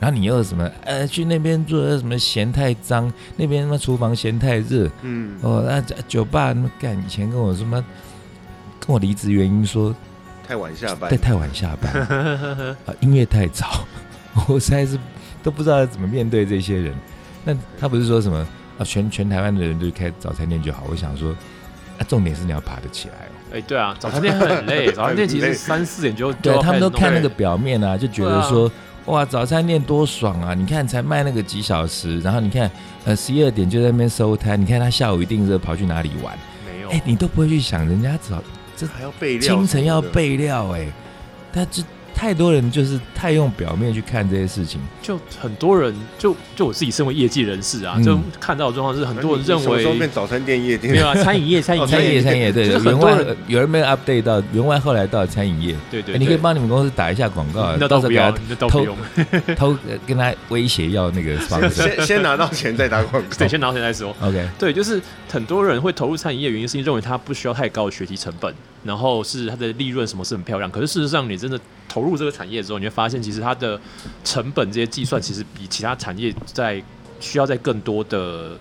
[SPEAKER 3] 然后你又什么呃去那边做什么嫌太脏，那边那厨房嫌太热，
[SPEAKER 1] 嗯，
[SPEAKER 3] 哦，那这酒吧那么干以前跟我什么，跟我离职原因说
[SPEAKER 1] 太晚下班
[SPEAKER 3] 太，太晚下班， 啊，音乐太吵， 我实在是都不知道怎么面对这些人。那他不是说什么啊，全全台湾的人都开早餐店就好？我想说，啊，重点是你要爬得起来哦。
[SPEAKER 2] 哎，对啊，早餐店很累，早餐店
[SPEAKER 1] 很
[SPEAKER 2] 其实
[SPEAKER 1] 嗯累
[SPEAKER 2] 三四点就就
[SPEAKER 3] 对啊
[SPEAKER 2] 要
[SPEAKER 3] 他
[SPEAKER 2] 啊开
[SPEAKER 3] 们
[SPEAKER 2] 始
[SPEAKER 3] 都
[SPEAKER 2] 弄
[SPEAKER 3] 看那
[SPEAKER 2] 了
[SPEAKER 3] 个表面啊，就觉得说、哇，早餐店多爽啊！你看才卖那个几小时，然后你看呃十一二点就在那边收摊，你看他下午一定是跑去哪里玩？
[SPEAKER 2] 没有
[SPEAKER 3] 哎、，你都不会去想人家早
[SPEAKER 1] 还要备料，
[SPEAKER 3] 清晨要。备料哎、他就太多人就是太用表面去看这些事情，
[SPEAKER 2] 就很多人就就我自己身为业界人士啊，
[SPEAKER 3] 嗯
[SPEAKER 2] 就看到的状况是很多人认
[SPEAKER 1] 那你什么时候
[SPEAKER 2] 为
[SPEAKER 1] 变早餐店夜
[SPEAKER 2] 没
[SPEAKER 1] 店
[SPEAKER 2] 有？啊，餐饮 业餐饮
[SPEAKER 1] 哦
[SPEAKER 3] 餐饮业餐饮业对
[SPEAKER 2] 就是很
[SPEAKER 3] 员
[SPEAKER 2] 多
[SPEAKER 3] 外呃
[SPEAKER 2] 人
[SPEAKER 3] 有人没有 update 到员外后来到了餐饮业，
[SPEAKER 2] 对
[SPEAKER 3] 哎
[SPEAKER 2] 对，
[SPEAKER 3] 你可以
[SPEAKER 2] 对
[SPEAKER 3] 帮你们公司打一下广告啊，
[SPEAKER 2] 那
[SPEAKER 3] 到
[SPEAKER 2] 倒
[SPEAKER 3] 时候
[SPEAKER 2] 不
[SPEAKER 3] 给
[SPEAKER 2] 要
[SPEAKER 3] 他，
[SPEAKER 2] 那倒不
[SPEAKER 3] 偷
[SPEAKER 2] 用，
[SPEAKER 3] 偷呃跟他威胁要那个 sponsor。
[SPEAKER 1] 先先拿到钱再打 广告
[SPEAKER 2] 对，。先拿钱再说。
[SPEAKER 3] OK，
[SPEAKER 2] 对，就是很多人会投入餐饮业，原因是因为认为它不需要太高的学习成本，然后是它的利润什么是很漂亮。可是事实上，你真的投入这个产业之后，你会发现其实它的成本这些计算，其实比其他产业在需要在更多的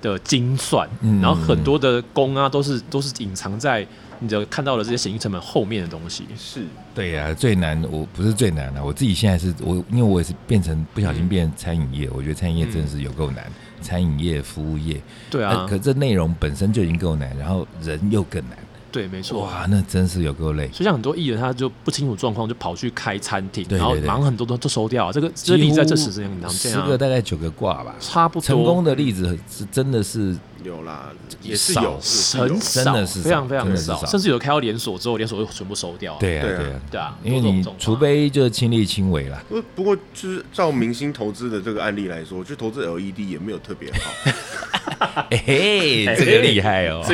[SPEAKER 2] 的精算，
[SPEAKER 3] 嗯
[SPEAKER 2] 然后很多的工啊都是都是隐藏在你的看到的这些显益成本后面的东西。
[SPEAKER 1] 是
[SPEAKER 3] 对呀、最难我不是最难的、啊我自己现在是我，因为我也是变成不小心变餐饮业，我觉得餐饮业真的是有够难，餐饮业、服务业，
[SPEAKER 2] 嗯对
[SPEAKER 3] 呃
[SPEAKER 2] 啊，
[SPEAKER 3] 可这内容本身就已经够难，然后人又更难，
[SPEAKER 2] 对，没错。
[SPEAKER 3] 哇，那真是有够累。
[SPEAKER 2] 所以像很多艺人，他就不清楚状况，就跑去开餐厅，
[SPEAKER 3] 对对
[SPEAKER 2] 然后
[SPEAKER 3] 对
[SPEAKER 2] 忙很多都都收掉啊。这个这例在这十年很常见
[SPEAKER 3] 十
[SPEAKER 2] 啊，
[SPEAKER 3] 个大概九个挂吧，
[SPEAKER 2] 差不多
[SPEAKER 3] 成功的例子是真的是
[SPEAKER 1] 有啦，也是
[SPEAKER 3] 少
[SPEAKER 1] 有，也是有
[SPEAKER 2] 很
[SPEAKER 3] 真
[SPEAKER 2] 少，
[SPEAKER 3] 的是少
[SPEAKER 2] 非常非
[SPEAKER 3] 真
[SPEAKER 2] 常
[SPEAKER 3] 的是少
[SPEAKER 2] 甚至有开到连锁之后，连锁又全部收掉。
[SPEAKER 3] 对呀、
[SPEAKER 1] 对啊
[SPEAKER 3] 对呀、
[SPEAKER 2] 对啊，
[SPEAKER 3] 因为
[SPEAKER 2] 都这
[SPEAKER 3] 你
[SPEAKER 2] 种
[SPEAKER 3] 除非就是亲力亲为啦，
[SPEAKER 1] 不不过，就是照明星投资的这个案例来说，就投资 LED 也没有特别 好。
[SPEAKER 3] 哎 嘿，这个厉害哦，
[SPEAKER 2] 啊
[SPEAKER 3] 啊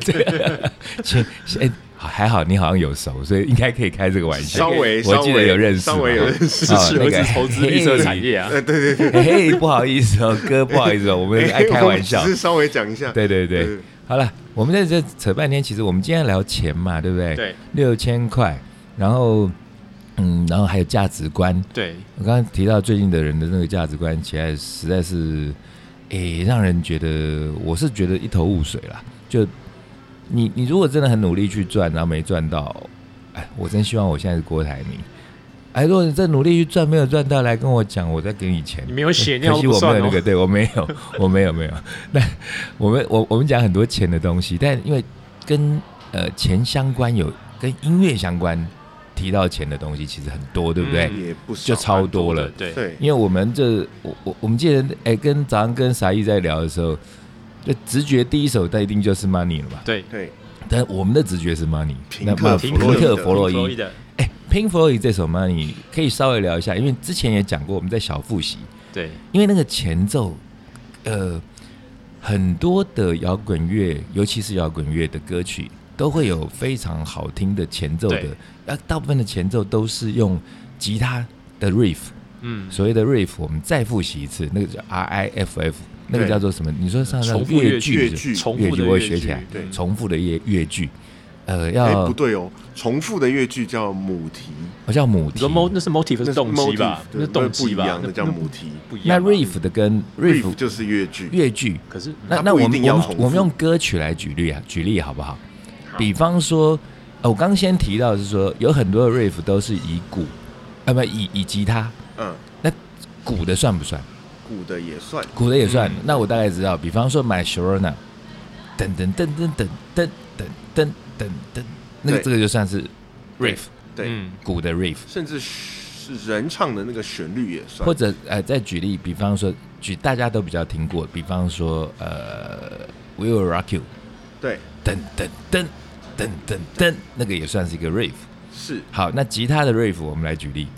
[SPEAKER 2] 这个
[SPEAKER 3] 亲哎还好你好像有熟，所以应该可以开这个玩笑。
[SPEAKER 1] 稍微
[SPEAKER 3] 我记
[SPEAKER 1] 稍
[SPEAKER 3] 得
[SPEAKER 1] 微
[SPEAKER 3] 有认识，
[SPEAKER 1] 稍微有认识
[SPEAKER 3] 哦
[SPEAKER 2] 是
[SPEAKER 3] 那
[SPEAKER 2] 儿
[SPEAKER 3] 个
[SPEAKER 2] 子投资绿色产业啊，
[SPEAKER 3] 嘿嘿，不好意思哦，哥，不好意思 哦，我们爱开玩笑
[SPEAKER 1] 哎 我只。是稍微讲一下。
[SPEAKER 3] 对对对
[SPEAKER 1] 嗯，
[SPEAKER 3] 好了，我们在这扯半天，其实我们今天聊钱嘛，对不对？，
[SPEAKER 2] 对
[SPEAKER 3] 六千块，然后嗯，然后还有价值观。
[SPEAKER 2] 对
[SPEAKER 3] 我刚刚提到最近的人的那个价值观，其实实在是，诶、让人觉得我是觉得一头雾水啦。就你你如果真的很努力去赚，然后没赚到，哎，我真希望我现在是郭台铭。哎，如果你真努力去赚，没有赚到，来跟我讲，我再给你钱。哎
[SPEAKER 2] 你没有血
[SPEAKER 3] 可
[SPEAKER 2] 尿
[SPEAKER 3] 惜
[SPEAKER 2] 都不
[SPEAKER 3] 我没
[SPEAKER 2] 算
[SPEAKER 3] 有那
[SPEAKER 2] 哦
[SPEAKER 3] 个，。对我没 有，我没有没有。那我们我我们讲很多钱的东西，但因为跟呃钱相关有跟音乐相关，提到钱的东西其实很多，对不对？
[SPEAKER 2] 嗯
[SPEAKER 1] 也不少
[SPEAKER 3] 就超多了。
[SPEAKER 2] 对，
[SPEAKER 1] 对，
[SPEAKER 3] 因为我们这我我我们记得哎、跟早上跟傻义在聊的时候，就直觉第一手，但一定就是 money 了嘛。
[SPEAKER 2] 对，
[SPEAKER 1] 对，
[SPEAKER 3] 但我们的直觉是 money，
[SPEAKER 1] 平
[SPEAKER 3] 那
[SPEAKER 1] 克
[SPEAKER 3] 么
[SPEAKER 1] 弗
[SPEAKER 3] 平
[SPEAKER 1] 洛伊德
[SPEAKER 3] 克弗洛伊
[SPEAKER 2] 的，
[SPEAKER 3] 哎、p i n k Floyd 这首 Money 可以稍微聊一下，因为之前也讲过，我们在小复习，
[SPEAKER 2] 对
[SPEAKER 3] 因为那个前奏，呃，很多的摇滚乐，尤其是摇滚乐的歌曲，都会有非常好听的前奏的
[SPEAKER 2] 对，
[SPEAKER 3] 那大部分的前奏都是用吉他的 riff，
[SPEAKER 2] 嗯，
[SPEAKER 3] 所谓的 riff，我们再复习一次，那个叫 R I F F，那个
[SPEAKER 1] 对
[SPEAKER 3] 叫做什么？你说上上
[SPEAKER 2] 重复乐
[SPEAKER 3] 剧
[SPEAKER 1] 越
[SPEAKER 3] 是不是
[SPEAKER 1] 剧
[SPEAKER 2] 重
[SPEAKER 3] 越
[SPEAKER 2] 复
[SPEAKER 3] 剧
[SPEAKER 2] 的
[SPEAKER 3] 我
[SPEAKER 2] 乐
[SPEAKER 3] 会学起
[SPEAKER 2] 句
[SPEAKER 3] 来，
[SPEAKER 1] 对
[SPEAKER 3] 重复的乐乐剧，呃，
[SPEAKER 1] 哎、
[SPEAKER 3] 要
[SPEAKER 1] 不对哦，重复的乐句叫母题，
[SPEAKER 3] 好像母
[SPEAKER 2] 你
[SPEAKER 3] 题
[SPEAKER 2] 说。mo 那是 motive
[SPEAKER 1] 那
[SPEAKER 2] 是动机吧
[SPEAKER 1] motif，？
[SPEAKER 2] 那
[SPEAKER 1] 对
[SPEAKER 2] 是动
[SPEAKER 1] 不
[SPEAKER 2] 机
[SPEAKER 1] 一
[SPEAKER 2] 吧
[SPEAKER 1] 样？
[SPEAKER 2] 那
[SPEAKER 1] 的叫母题。
[SPEAKER 2] 不一
[SPEAKER 3] 那
[SPEAKER 2] 样吧。
[SPEAKER 3] riff 的跟 riff
[SPEAKER 1] riff 就是乐句，
[SPEAKER 3] 乐剧，
[SPEAKER 2] 可是
[SPEAKER 3] 那
[SPEAKER 1] 它
[SPEAKER 3] 那
[SPEAKER 1] 不
[SPEAKER 3] 我
[SPEAKER 1] 一
[SPEAKER 3] 们
[SPEAKER 1] 定
[SPEAKER 3] 我
[SPEAKER 1] 要
[SPEAKER 3] 们
[SPEAKER 1] 重复
[SPEAKER 3] 我们用歌曲来举例啊，举例好不好？
[SPEAKER 2] 好
[SPEAKER 3] 比方说，呃，我刚先提到的是说，有很多的 riff 都是以鼓，啊不以以吉他，
[SPEAKER 1] 嗯，
[SPEAKER 3] 鼓的算不算？
[SPEAKER 1] 鼓的也算，
[SPEAKER 3] 鼓的也算。
[SPEAKER 2] 嗯
[SPEAKER 3] 那我大概知道，比方说买 Sharona，噔噔噔噔噔噔噔噔噔噔，那个
[SPEAKER 1] 对
[SPEAKER 3] 这个就算是
[SPEAKER 1] 对
[SPEAKER 3] riff
[SPEAKER 1] 对，
[SPEAKER 2] 嗯，
[SPEAKER 3] 鼓的 riff，
[SPEAKER 1] 甚至是人唱的那个旋律也算，
[SPEAKER 3] 或者呃再举例，比方说举大家都比较听过，比方说呃 We Will Rock You，
[SPEAKER 1] 对，
[SPEAKER 3] 噔噔噔噔噔噔，那个也算是一个 riff。
[SPEAKER 1] 是
[SPEAKER 3] 好，那吉他的 riff 我们来举例，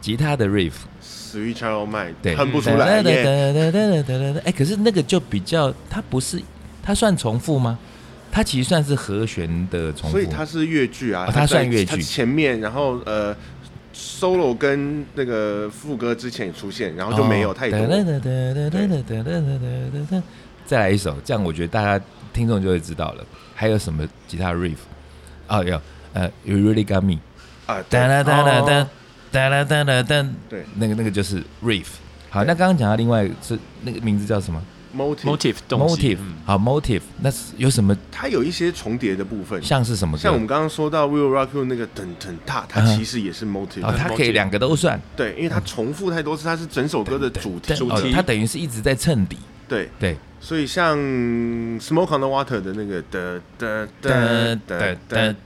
[SPEAKER 3] 吉他的 riff，
[SPEAKER 1] Sweet Child Mine，
[SPEAKER 3] 对，
[SPEAKER 1] 哼不出来
[SPEAKER 3] 哒
[SPEAKER 1] 耶，
[SPEAKER 3] 哒哒哒哒哒哒哎，可是那个就比较，它不是，它算重复吗？它其实算是和弦的重复，
[SPEAKER 1] 所以它是乐句啊
[SPEAKER 3] 哦，它
[SPEAKER 1] 在
[SPEAKER 3] 算乐句
[SPEAKER 1] 它前面然后呃 solo 跟那个副歌之前也出现，然后就没有太多，
[SPEAKER 3] 哦哒哒哒哒哒哒哒哒哒哒哒。再来一首，这样我觉得大家听众就会知道了。还有什么吉他 riff？哦，有，呃，You Really Got Me，
[SPEAKER 1] 啊，
[SPEAKER 3] 哒
[SPEAKER 1] 对，
[SPEAKER 3] 啦哒啦哒，哒啦哒啦哒，
[SPEAKER 1] 对
[SPEAKER 3] 那个那个就是 riff。好，那刚刚讲到另外是那个名字叫什么
[SPEAKER 1] motif，
[SPEAKER 2] motive 动机
[SPEAKER 3] motive？
[SPEAKER 2] 嗯
[SPEAKER 3] 好，motive，那是有什么
[SPEAKER 1] 它有一些重叠的部分，
[SPEAKER 3] 像是什么歌？
[SPEAKER 1] 像我们刚刚说到 Will Rock You 那个噔噔哒，它
[SPEAKER 3] 嗯
[SPEAKER 1] 其实也是 motif，、
[SPEAKER 3] 哦，它嗯可以两个都算
[SPEAKER 1] 对，因为它重复太多次，它是整首歌的主题，
[SPEAKER 3] 但哦，它等于是一直在衬底，
[SPEAKER 1] 对，
[SPEAKER 3] 对，
[SPEAKER 1] 所以像 Smoke on the Water 的那个的的的的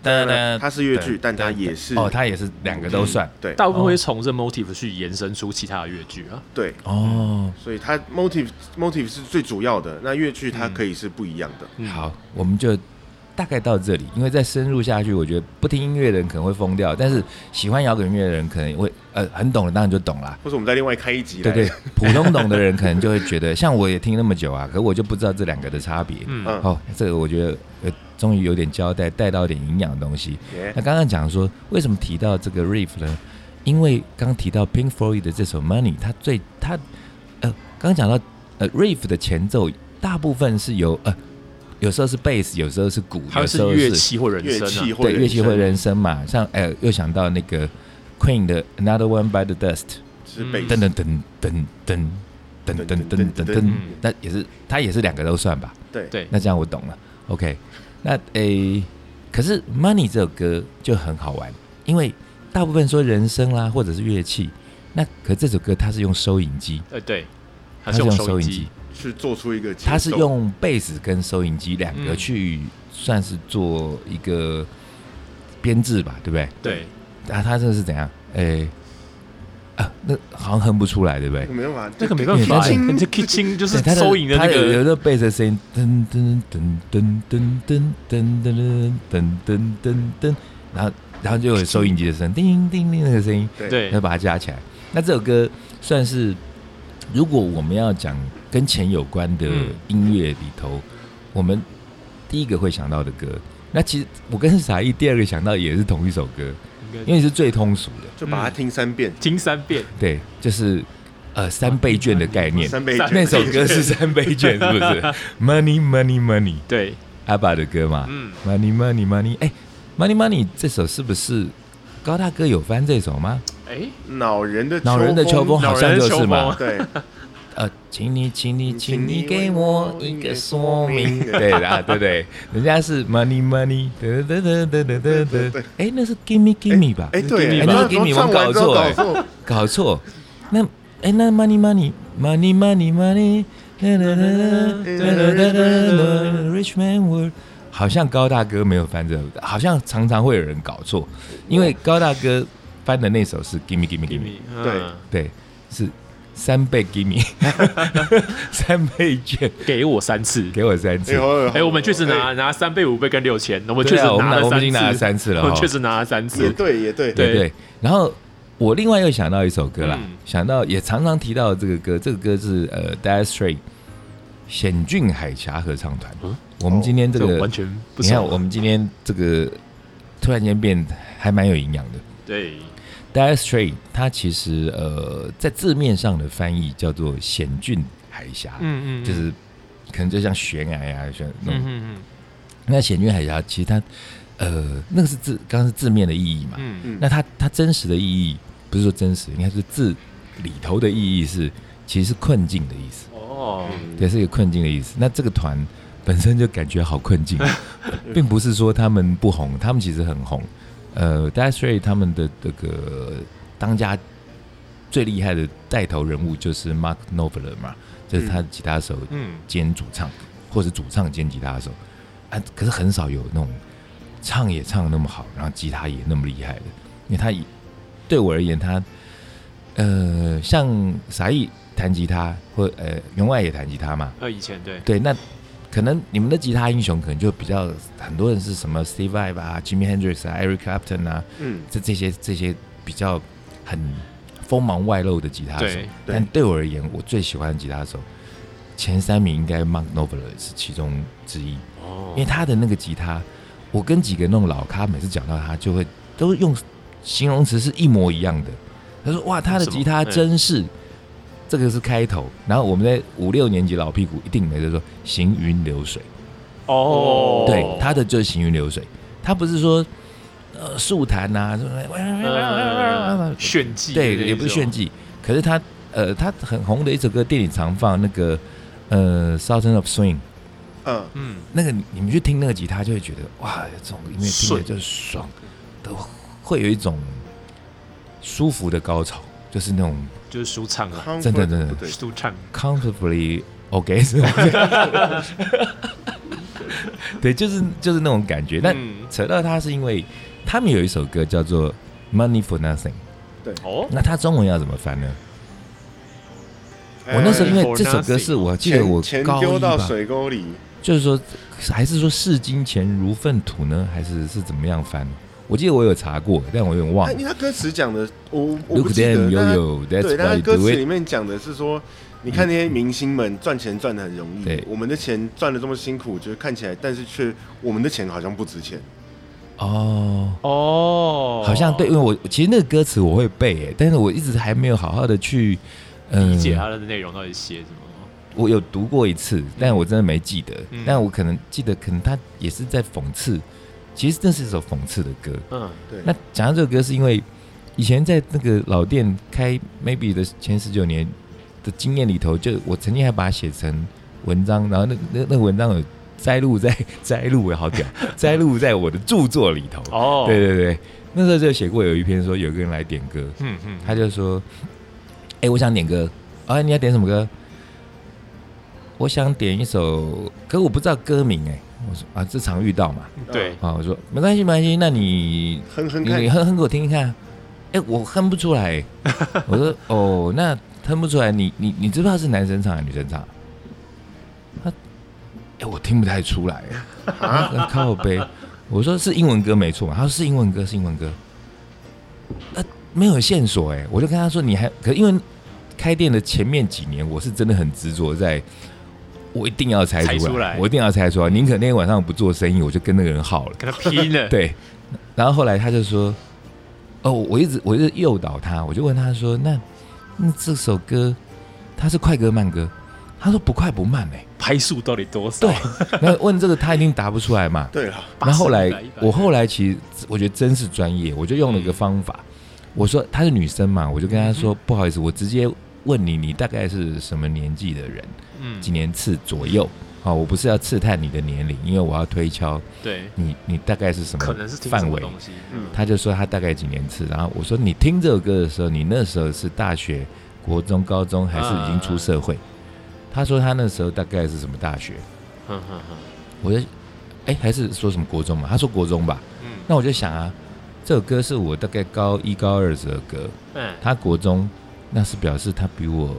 [SPEAKER 1] 的的，它是乐句，但它也是嗯
[SPEAKER 3] 哦，它也是两个都算
[SPEAKER 1] 对
[SPEAKER 2] 大部分会从这 motive 去延伸出其他的乐句啊。
[SPEAKER 1] 对，
[SPEAKER 3] 哦。
[SPEAKER 1] 所以它 motif motif 是最主要的，那乐句它可以是不一样的，
[SPEAKER 2] 嗯
[SPEAKER 3] 好，我们就大概到这里，因为再深入下去，我觉得不听音乐的人可能会疯掉，但是喜欢摇滚乐的人可能会呃很懂的，当然就懂啦。
[SPEAKER 1] 或者我们再另外开一集来
[SPEAKER 3] 对对，普通懂 的人可能就会觉得，像我也听那么久啊，可我就不知道这两个的差别。
[SPEAKER 2] 嗯
[SPEAKER 1] 嗯
[SPEAKER 3] 哦，这个我觉得呃，终于有点交代，带到点营养的东西。
[SPEAKER 1] 耶
[SPEAKER 3] 那刚刚讲说，为什么提到这个 riff 呢？因为刚提到 Pink Floyd 的这首 Money，它最它呃，刚刚讲到呃 riff 的前奏大部分是由呃，有时候是 bass，有时候是鼓，
[SPEAKER 2] 还
[SPEAKER 3] 有
[SPEAKER 2] 有
[SPEAKER 3] 时
[SPEAKER 2] 是
[SPEAKER 3] 候
[SPEAKER 2] 乐器或人
[SPEAKER 1] 乐
[SPEAKER 2] 声啊
[SPEAKER 1] 器。或
[SPEAKER 3] 对
[SPEAKER 1] 者
[SPEAKER 3] 乐器或人声嘛。像呃，又想到那个 Queen 的 Another One by the Dust，
[SPEAKER 1] 是北
[SPEAKER 3] 噔噔噔噔噔噔噔噔噔噔
[SPEAKER 2] 嗯
[SPEAKER 3] 噔，那也是它也是两个都算吧？
[SPEAKER 1] 对
[SPEAKER 2] 对
[SPEAKER 3] 那这样我懂了。OK，那诶，可是 Money 这首歌就很好玩，因为大部分说人声啦或者是乐器，那可这首歌它是用收音机，
[SPEAKER 2] 呃，对，
[SPEAKER 3] 它
[SPEAKER 2] 还是用收音
[SPEAKER 3] 音
[SPEAKER 2] 机，，
[SPEAKER 1] 去做出一个节奏，
[SPEAKER 3] 它是用贝斯跟收音机两个
[SPEAKER 2] 嗯
[SPEAKER 3] 去算是做一个编制吧，对不对？
[SPEAKER 2] 对，
[SPEAKER 3] 啊，他这是怎样？诶、啊，那好像哼不出来，对不对？
[SPEAKER 1] 没办法，
[SPEAKER 2] 这个没办法，
[SPEAKER 3] 对
[SPEAKER 2] 欸
[SPEAKER 1] 轻
[SPEAKER 2] 你这 kitchen 就是
[SPEAKER 3] 对他
[SPEAKER 2] 收银的那
[SPEAKER 3] 他有有
[SPEAKER 2] 个，
[SPEAKER 3] 那贝斯的声音，噔噔噔噔噔噔噔噔噔噔噔噔，然后然后就有收音机的声，叮叮叮那个声音，
[SPEAKER 1] 对
[SPEAKER 2] 对
[SPEAKER 3] 要把它加起来。那这首歌算是，如果我们要讲跟钱有关的
[SPEAKER 2] 嗯
[SPEAKER 3] 音乐里头，我们第一个会想到的歌。那其实我跟傻一第二个想到也是同一首歌，
[SPEAKER 2] 应
[SPEAKER 3] 因
[SPEAKER 2] 该
[SPEAKER 3] 为是最通俗的。
[SPEAKER 1] 就把它听三遍，
[SPEAKER 2] 听三遍，
[SPEAKER 3] 对，就是呃三倍券的概念。
[SPEAKER 1] 三倍
[SPEAKER 2] 三
[SPEAKER 1] 卷
[SPEAKER 3] 那首歌是三倍券，是不 是？Money Money Money，
[SPEAKER 2] 对，
[SPEAKER 3] 阿爸的歌嘛。
[SPEAKER 2] 嗯，
[SPEAKER 3] Money Money Money，哎，Money Money 这首是不是高大哥有翻这首吗？
[SPEAKER 2] 哎，
[SPEAKER 1] 恼人的
[SPEAKER 3] 恼人的秋
[SPEAKER 1] 风，
[SPEAKER 3] 风好像就是嘛。
[SPEAKER 1] 对，
[SPEAKER 3] 呃，请你，请你，请你给我一个说明。对啊，对对，人家是 money money，得得得得得得得。哎，那是 give me give me 吧？
[SPEAKER 1] 哎，对，
[SPEAKER 3] 哎
[SPEAKER 1] 你
[SPEAKER 3] 那
[SPEAKER 1] 说
[SPEAKER 3] 是 give me，我
[SPEAKER 1] 唱
[SPEAKER 3] 们
[SPEAKER 1] 完
[SPEAKER 3] 搞
[SPEAKER 1] 之后
[SPEAKER 3] 错
[SPEAKER 1] 搞
[SPEAKER 3] 哎，
[SPEAKER 1] 错，
[SPEAKER 3] 搞错。那哎，那 money money money money money，哒哒哒哒哒哒哒哒，rich man world。好像高大哥没有翻这，好像常常会有人搞错，因为高大哥翻的那首是 give me give me give me。
[SPEAKER 2] 你嗯
[SPEAKER 1] 对
[SPEAKER 3] 对，是三倍 give me，三倍券
[SPEAKER 2] 给我三次，
[SPEAKER 3] 给我三次。
[SPEAKER 2] 哎，我们确实拿
[SPEAKER 1] 哎
[SPEAKER 2] 拿三倍、五倍跟六千，我们
[SPEAKER 3] 对
[SPEAKER 2] 确实
[SPEAKER 3] 啊我们
[SPEAKER 2] 拿
[SPEAKER 3] 拿我们已经
[SPEAKER 2] 了
[SPEAKER 3] 拿了
[SPEAKER 2] 三
[SPEAKER 3] 三
[SPEAKER 2] 次，
[SPEAKER 3] 次了哦
[SPEAKER 2] 我
[SPEAKER 3] 哈
[SPEAKER 2] 们确实拿了三
[SPEAKER 1] 也
[SPEAKER 2] 次，
[SPEAKER 1] 对，也对，
[SPEAKER 2] 对
[SPEAKER 3] 对。然后我另外又想到一首歌啦，
[SPEAKER 2] 嗯
[SPEAKER 3] 想到也常常提到这个歌，这个歌是呃 Dire Straits 险峻海峡合唱团。
[SPEAKER 2] 嗯
[SPEAKER 3] 我们今天这
[SPEAKER 2] 这我
[SPEAKER 3] 个，
[SPEAKER 2] 完全不
[SPEAKER 3] 你
[SPEAKER 2] 熟
[SPEAKER 3] 看我们今天这个突然间变还蛮有营养的。
[SPEAKER 2] 对，
[SPEAKER 3] Dire Straits 它其实呃在字面上的翻译叫做险峻海峡，
[SPEAKER 2] 嗯
[SPEAKER 3] 就是可能就像悬崖啊，悬那种
[SPEAKER 2] 嗯嗯
[SPEAKER 3] 那险峻海峡其实它，呃，那个是字，刚刚是字面的意义嘛。
[SPEAKER 2] 嗯嗯
[SPEAKER 1] 嗯
[SPEAKER 3] 那它它真实的意义不是说真实，应该是字里头的意义是其实是困境的意思，
[SPEAKER 2] 哦，
[SPEAKER 3] 对，是一个困境的意思。那这个团本身就感觉好困境，并不是说他们不红，他们其实很红。呃 d a s h r a y 他们的这个当家最厉害的带头人物就是 Mark Knopfler 嘛，就是他的吉他手
[SPEAKER 2] 嗯
[SPEAKER 3] 兼主唱，或者主唱兼吉他手啊，可是很少有那种唱也唱得那么好，然后吉他也那么厉害的，因为他以对我而言，他呃，像傻义弹吉他，或呃，员外也弹吉他嘛，
[SPEAKER 2] 呃，以前对，
[SPEAKER 3] 对，那可能你们的吉他英雄可能就比较很多人是什么 Steve v i v e 啊、Jimi Hendrix 啊、Eric Clapton 啊，
[SPEAKER 1] 嗯，
[SPEAKER 3] 这这些这些比较很锋芒外露的吉他手
[SPEAKER 2] 对，
[SPEAKER 3] 但对我而言，我最喜欢的吉他手前三名应该 Mark Knopfler 是其中之一，
[SPEAKER 2] 哦
[SPEAKER 3] 因为他的那个吉他，我跟几个那种老咖每次讲到他，就会都用形容词是一模一样的。他说：“哇，他的
[SPEAKER 2] 什么
[SPEAKER 3] 吉他
[SPEAKER 2] 嗯
[SPEAKER 3] 真是。”这个是开头，然后我们在五六年级老屁股一定没得说行云流水，
[SPEAKER 2] 哦，
[SPEAKER 3] 对，他的就是行云流水，他不是说呃速弹呐，什
[SPEAKER 2] 嗯
[SPEAKER 3] 么
[SPEAKER 2] 呃炫技的那
[SPEAKER 3] 对，
[SPEAKER 2] 种，
[SPEAKER 3] 也不是炫技，可是他呃，他很红的一首歌，电影常放那个呃《Southern of Swing》，
[SPEAKER 1] 嗯，
[SPEAKER 2] 嗯，
[SPEAKER 3] 那个你你们去听那个吉他，就会觉得哇，这种音乐听
[SPEAKER 2] 顺
[SPEAKER 3] 着就是爽，都会有一种舒服的高潮，就是那种
[SPEAKER 2] 就是舒畅啊，
[SPEAKER 1] 嗯
[SPEAKER 3] 真的真的
[SPEAKER 1] 对，
[SPEAKER 2] 舒畅，
[SPEAKER 3] comfortably OK 是吗？ 对，就是就是那种感觉。但
[SPEAKER 2] 嗯
[SPEAKER 3] 扯到他是因为他们有一首歌叫做《Money for Nothing》，
[SPEAKER 2] 哦，
[SPEAKER 3] 那它中文要怎么翻呢？我那时候因为这首歌是我记得我
[SPEAKER 1] 哎钱
[SPEAKER 3] 高
[SPEAKER 1] 丢
[SPEAKER 3] 一
[SPEAKER 1] 到
[SPEAKER 3] 吧，
[SPEAKER 1] 水沟里，
[SPEAKER 3] 就是说还是说视金钱如粪土呢，还是是怎么样翻？我记得我有查过，但我有点忘
[SPEAKER 1] 哎，因
[SPEAKER 3] 了
[SPEAKER 1] 为。他歌词讲的，我我不
[SPEAKER 3] Look
[SPEAKER 1] 记得，
[SPEAKER 3] them, yo
[SPEAKER 1] 但
[SPEAKER 3] yo,
[SPEAKER 1] 对，
[SPEAKER 3] that's
[SPEAKER 1] 但
[SPEAKER 3] why
[SPEAKER 1] 他歌
[SPEAKER 3] do
[SPEAKER 1] 词
[SPEAKER 3] it
[SPEAKER 1] 里。面讲的是说，你看那些明星们赚钱赚的很容易，
[SPEAKER 3] 对
[SPEAKER 1] 我们的钱赚的这么辛苦，就是看起来，但是却我们的钱好像不值钱，
[SPEAKER 3] 哦，
[SPEAKER 2] 哦，
[SPEAKER 3] 好像对，因为我其实那个歌词我会背，诶，但是我一直还没有好好的去、嗯
[SPEAKER 2] 理解啊它的内容到底写什么，
[SPEAKER 3] 我有读过一次，但我真的没记得。
[SPEAKER 2] 嗯
[SPEAKER 3] 但我可能记得，可能他也是在讽刺。其实这是一首讽刺的歌。
[SPEAKER 2] 嗯
[SPEAKER 1] 对，
[SPEAKER 3] 那讲到这个歌，是因为以前在那个老店开 maybe 的前十九年的经验里头，就我曾经还把它写成文章，然后那那那文章有摘录在 摘录也好屌，摘录在我的著作里头。
[SPEAKER 2] 哦，
[SPEAKER 3] 对，对对，那时候就写过有一篇说有个人来点歌，
[SPEAKER 2] 嗯嗯，
[SPEAKER 3] 他就说：“哎、我想点歌啊，你要点什么歌？我想点一首，可我不知道歌名哎、我说：“啊，这常遇到嘛。
[SPEAKER 2] 对”，
[SPEAKER 3] 啊，我说：“没关系，没关系，那你
[SPEAKER 1] 哼哼
[SPEAKER 3] 你
[SPEAKER 1] 看
[SPEAKER 3] 你，哼哼给我听听看。”哎、我哼不 出来、我说：“哦，那哼不出来，你你你知不知道是男生唱还是女生唱？”他：“哎、我听不太出来、啊，那靠背。”我说：“是英文歌没错嘛。”他说：“是英文歌，是英文歌。”呃，没有线索哎、我就跟他说：“你还可因为开店的前面几年，我是真的很执着在。”我一定要猜出来，
[SPEAKER 2] 猜出来
[SPEAKER 3] 我一定要猜出来。宁可那天晚上不做生意，我就跟那个人耗了。
[SPEAKER 2] 跟他拼了，
[SPEAKER 3] 对，然后后来他就说，哦，我一直我一直诱导他，我就问他说，那那这首歌它是快歌慢歌？他说不快不慢哎、
[SPEAKER 2] 拍数到底多少？
[SPEAKER 3] 对，那问这个他一定答不出来嘛。
[SPEAKER 1] 对了，
[SPEAKER 2] 80
[SPEAKER 3] 那后来
[SPEAKER 2] 100
[SPEAKER 3] 我后来其实我觉得真是专业，我就用了一个方法，我说她是女生嘛，我就跟她说、不好意思，我直接问你，你大概是什么年纪的人，
[SPEAKER 2] 嗯，
[SPEAKER 3] 几年次左右？好，我不是要刺探你的年龄，因为我要推敲
[SPEAKER 2] 对，
[SPEAKER 3] 你你大概是什
[SPEAKER 2] 可
[SPEAKER 3] 么
[SPEAKER 2] 能是听什
[SPEAKER 3] 范
[SPEAKER 2] 么
[SPEAKER 3] 围。
[SPEAKER 2] 东西，
[SPEAKER 1] 嗯，
[SPEAKER 3] 他就说他大概几年次，然后我说你听这首歌的时候，你那时候是大学、国中、高中还是已经出社会？
[SPEAKER 1] 啊
[SPEAKER 3] 他说他那时候大概是什么大学？
[SPEAKER 2] 嗯嗯嗯
[SPEAKER 3] 我就哎、还是说什么国中嘛？他说国中吧，
[SPEAKER 2] 嗯，
[SPEAKER 3] 那我就想啊，这首歌是我大概高一高二时候的歌，
[SPEAKER 2] 嗯，
[SPEAKER 3] 他国中，那是表示他比我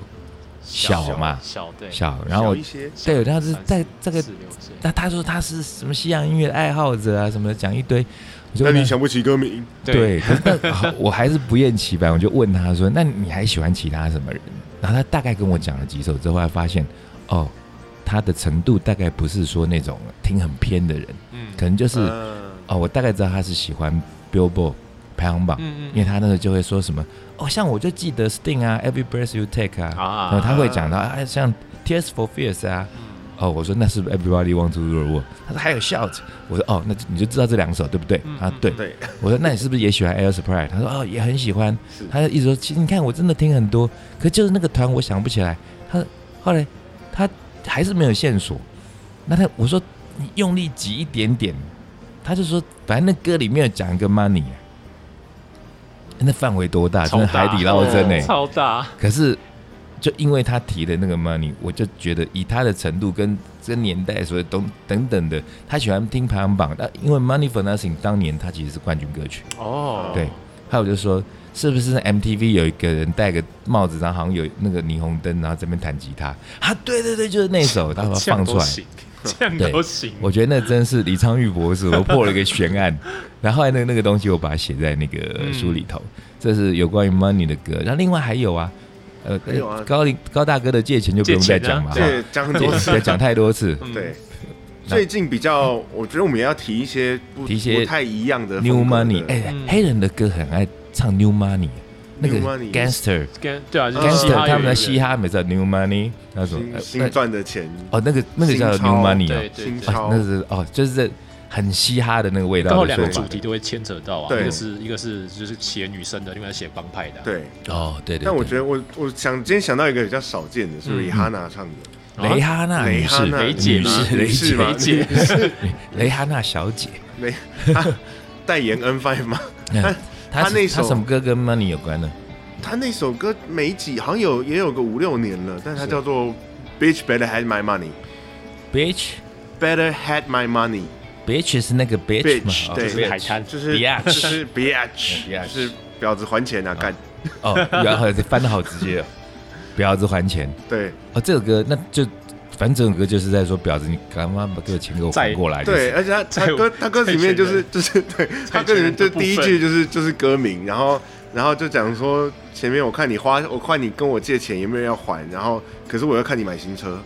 [SPEAKER 3] 小嘛
[SPEAKER 2] 小对，
[SPEAKER 3] 小，然后我
[SPEAKER 1] 小一些，
[SPEAKER 3] 对，他是在这个
[SPEAKER 2] 四六岁
[SPEAKER 3] 那他说他是什么西洋音乐爱好者啊什么的，讲一堆，我
[SPEAKER 1] 那
[SPEAKER 3] 就问他
[SPEAKER 1] 你想不起歌名，
[SPEAKER 3] 对，可是那好我还是不厌其烦，我就问他说：“那你还喜欢其他什么人？”然后他大概跟我讲了几首之后，还发现哦，他的程度大概不是说那种听很偏的人，
[SPEAKER 2] 嗯，
[SPEAKER 3] 可能就是、
[SPEAKER 1] 嗯
[SPEAKER 3] 哦，我大概知道他是喜欢 Billboard 排行榜，
[SPEAKER 2] 嗯嗯，
[SPEAKER 3] 因为他那个就会说什么哦，像我就记得 Sting 啊，Every Breath You Take 啊，然后
[SPEAKER 2] 啊，嗯
[SPEAKER 3] 他会讲到啊，像 Tears for Fears 啊，哦，我说那是不是 Everybody Want to Rule the World，他说还有 Shout，我说哦，那你就知道这两首对不对？
[SPEAKER 2] 嗯
[SPEAKER 3] 啊
[SPEAKER 2] 嗯，
[SPEAKER 3] 对。
[SPEAKER 1] 对，
[SPEAKER 3] 我说那你是不是也喜欢 Air Supply？他说哦也很喜欢
[SPEAKER 1] 是，
[SPEAKER 3] 他就一直说其实你看我真的听很多，可就是那个团我想不起来。他后来他还是没有线索，那他我说你用力挤一点点，他就说反正那歌里面有讲一个 money，啊那范围多大？真
[SPEAKER 2] 超
[SPEAKER 3] 的
[SPEAKER 2] 大
[SPEAKER 3] 海底捞针呢、
[SPEAKER 2] 超大，
[SPEAKER 3] 可是就因为他提的那个 money，我就觉得以他的程度跟跟年代所有等等等的，他喜欢听排行榜，那因为 Money for Nothing 当年他其实是冠军歌曲。
[SPEAKER 2] 哦，
[SPEAKER 3] 对，还有就说，是不是 MTV 有一个人戴个帽子，然后好像有那个霓虹灯，然后这边弹吉他？啊，对对对，就是 那首，他把它
[SPEAKER 2] 这样
[SPEAKER 3] 放出
[SPEAKER 2] 都
[SPEAKER 3] 来。
[SPEAKER 2] 行，这样
[SPEAKER 3] 对
[SPEAKER 2] 都行，
[SPEAKER 3] 我觉得那真是李昌钰博士，我破了一个悬案。 然后后来那个那个东西，我把它写在那个
[SPEAKER 2] 嗯
[SPEAKER 3] 书里头。这是有关于 Money 的歌，然后另外还有啊，呃，
[SPEAKER 1] 还有啊
[SPEAKER 3] 高林高大哥的借钱就不用再讲了，
[SPEAKER 2] 借
[SPEAKER 3] 哈
[SPEAKER 1] 这讲很多 次，
[SPEAKER 3] 对讲太多次。
[SPEAKER 2] 嗯
[SPEAKER 1] 对。
[SPEAKER 3] 那
[SPEAKER 1] 最近比较，我觉得我们也要提一些不
[SPEAKER 3] 提一些
[SPEAKER 1] 不太一样的
[SPEAKER 3] New
[SPEAKER 1] 风格的
[SPEAKER 3] Money，哎
[SPEAKER 2] 嗯，
[SPEAKER 3] 黑人的歌很爱唱 New Money，那个
[SPEAKER 1] New Money
[SPEAKER 3] Gangster。
[SPEAKER 2] 跟对啊，就是嘻
[SPEAKER 3] Gangster
[SPEAKER 2] 哈
[SPEAKER 3] 他们的
[SPEAKER 2] 乐
[SPEAKER 3] 嘻哈，每次 New Money 那种
[SPEAKER 1] 新
[SPEAKER 3] 呃
[SPEAKER 1] 新赚的钱，
[SPEAKER 3] 哦，那个那个叫
[SPEAKER 1] 新钞
[SPEAKER 3] New Money
[SPEAKER 2] 对
[SPEAKER 3] 哦，
[SPEAKER 2] 对
[SPEAKER 1] 新
[SPEAKER 2] 对
[SPEAKER 1] 钞
[SPEAKER 3] 哦那是哦，就是很嘻哈的那个味
[SPEAKER 2] 刚好
[SPEAKER 3] 道的
[SPEAKER 2] 两
[SPEAKER 3] 说
[SPEAKER 2] 个
[SPEAKER 3] 法
[SPEAKER 2] 主题都会牵扯到啊，
[SPEAKER 1] 对
[SPEAKER 2] 一个是一个是就是写女生的，另外是写帮派的啊，
[SPEAKER 1] 对。
[SPEAKER 3] 哦，对对。
[SPEAKER 1] 但我觉得我我想今天想到一个比较少见的，是
[SPEAKER 2] 嗯
[SPEAKER 1] Rihanna 唱的，
[SPEAKER 3] 得蕾哈娜
[SPEAKER 1] 蕾
[SPEAKER 3] 女
[SPEAKER 1] 哈
[SPEAKER 3] 士，
[SPEAKER 1] 娜
[SPEAKER 2] 雷姐
[SPEAKER 3] 女
[SPEAKER 2] 吗
[SPEAKER 3] 士，雷
[SPEAKER 1] 是
[SPEAKER 3] 姐，
[SPEAKER 1] 吗
[SPEAKER 2] 雷姐，
[SPEAKER 3] 蕾哈娜小姐，
[SPEAKER 1] 没 代言 N Five 吗？
[SPEAKER 3] 嗯她
[SPEAKER 1] 哎她那
[SPEAKER 3] 是她
[SPEAKER 1] 首
[SPEAKER 3] 什么歌跟 Money 有关呢？
[SPEAKER 1] 他那首歌没几，好像有也有个五六年了，但它叫做 Bitch Better Had My Money。
[SPEAKER 3] Bitch。
[SPEAKER 1] Better had my money,
[SPEAKER 3] Bitch 是那个 bitch 嘛
[SPEAKER 1] Bitch，
[SPEAKER 3] 哦
[SPEAKER 1] 对
[SPEAKER 2] 就是海滩
[SPEAKER 1] 就是
[SPEAKER 3] Biatch
[SPEAKER 1] 就是 bitch，
[SPEAKER 3] Biatch
[SPEAKER 1] 就是婊子还钱啊，干
[SPEAKER 3] 哦，然后翻的好 直接哦，婊子还钱
[SPEAKER 1] 对
[SPEAKER 3] 哦，这首歌那就反正这首歌就是在说婊子，你赶快把这个钱给我还
[SPEAKER 2] 再
[SPEAKER 3] 过来。就是
[SPEAKER 1] 对，而且他他
[SPEAKER 2] 在我
[SPEAKER 1] 歌他歌词里面就是就是对，他歌里面就
[SPEAKER 2] 在前面的部分
[SPEAKER 1] 第一句就是就是歌名，然后然后就讲说前面我看你花，我看你跟我借钱有没有要还，然后可是我要看你买新车，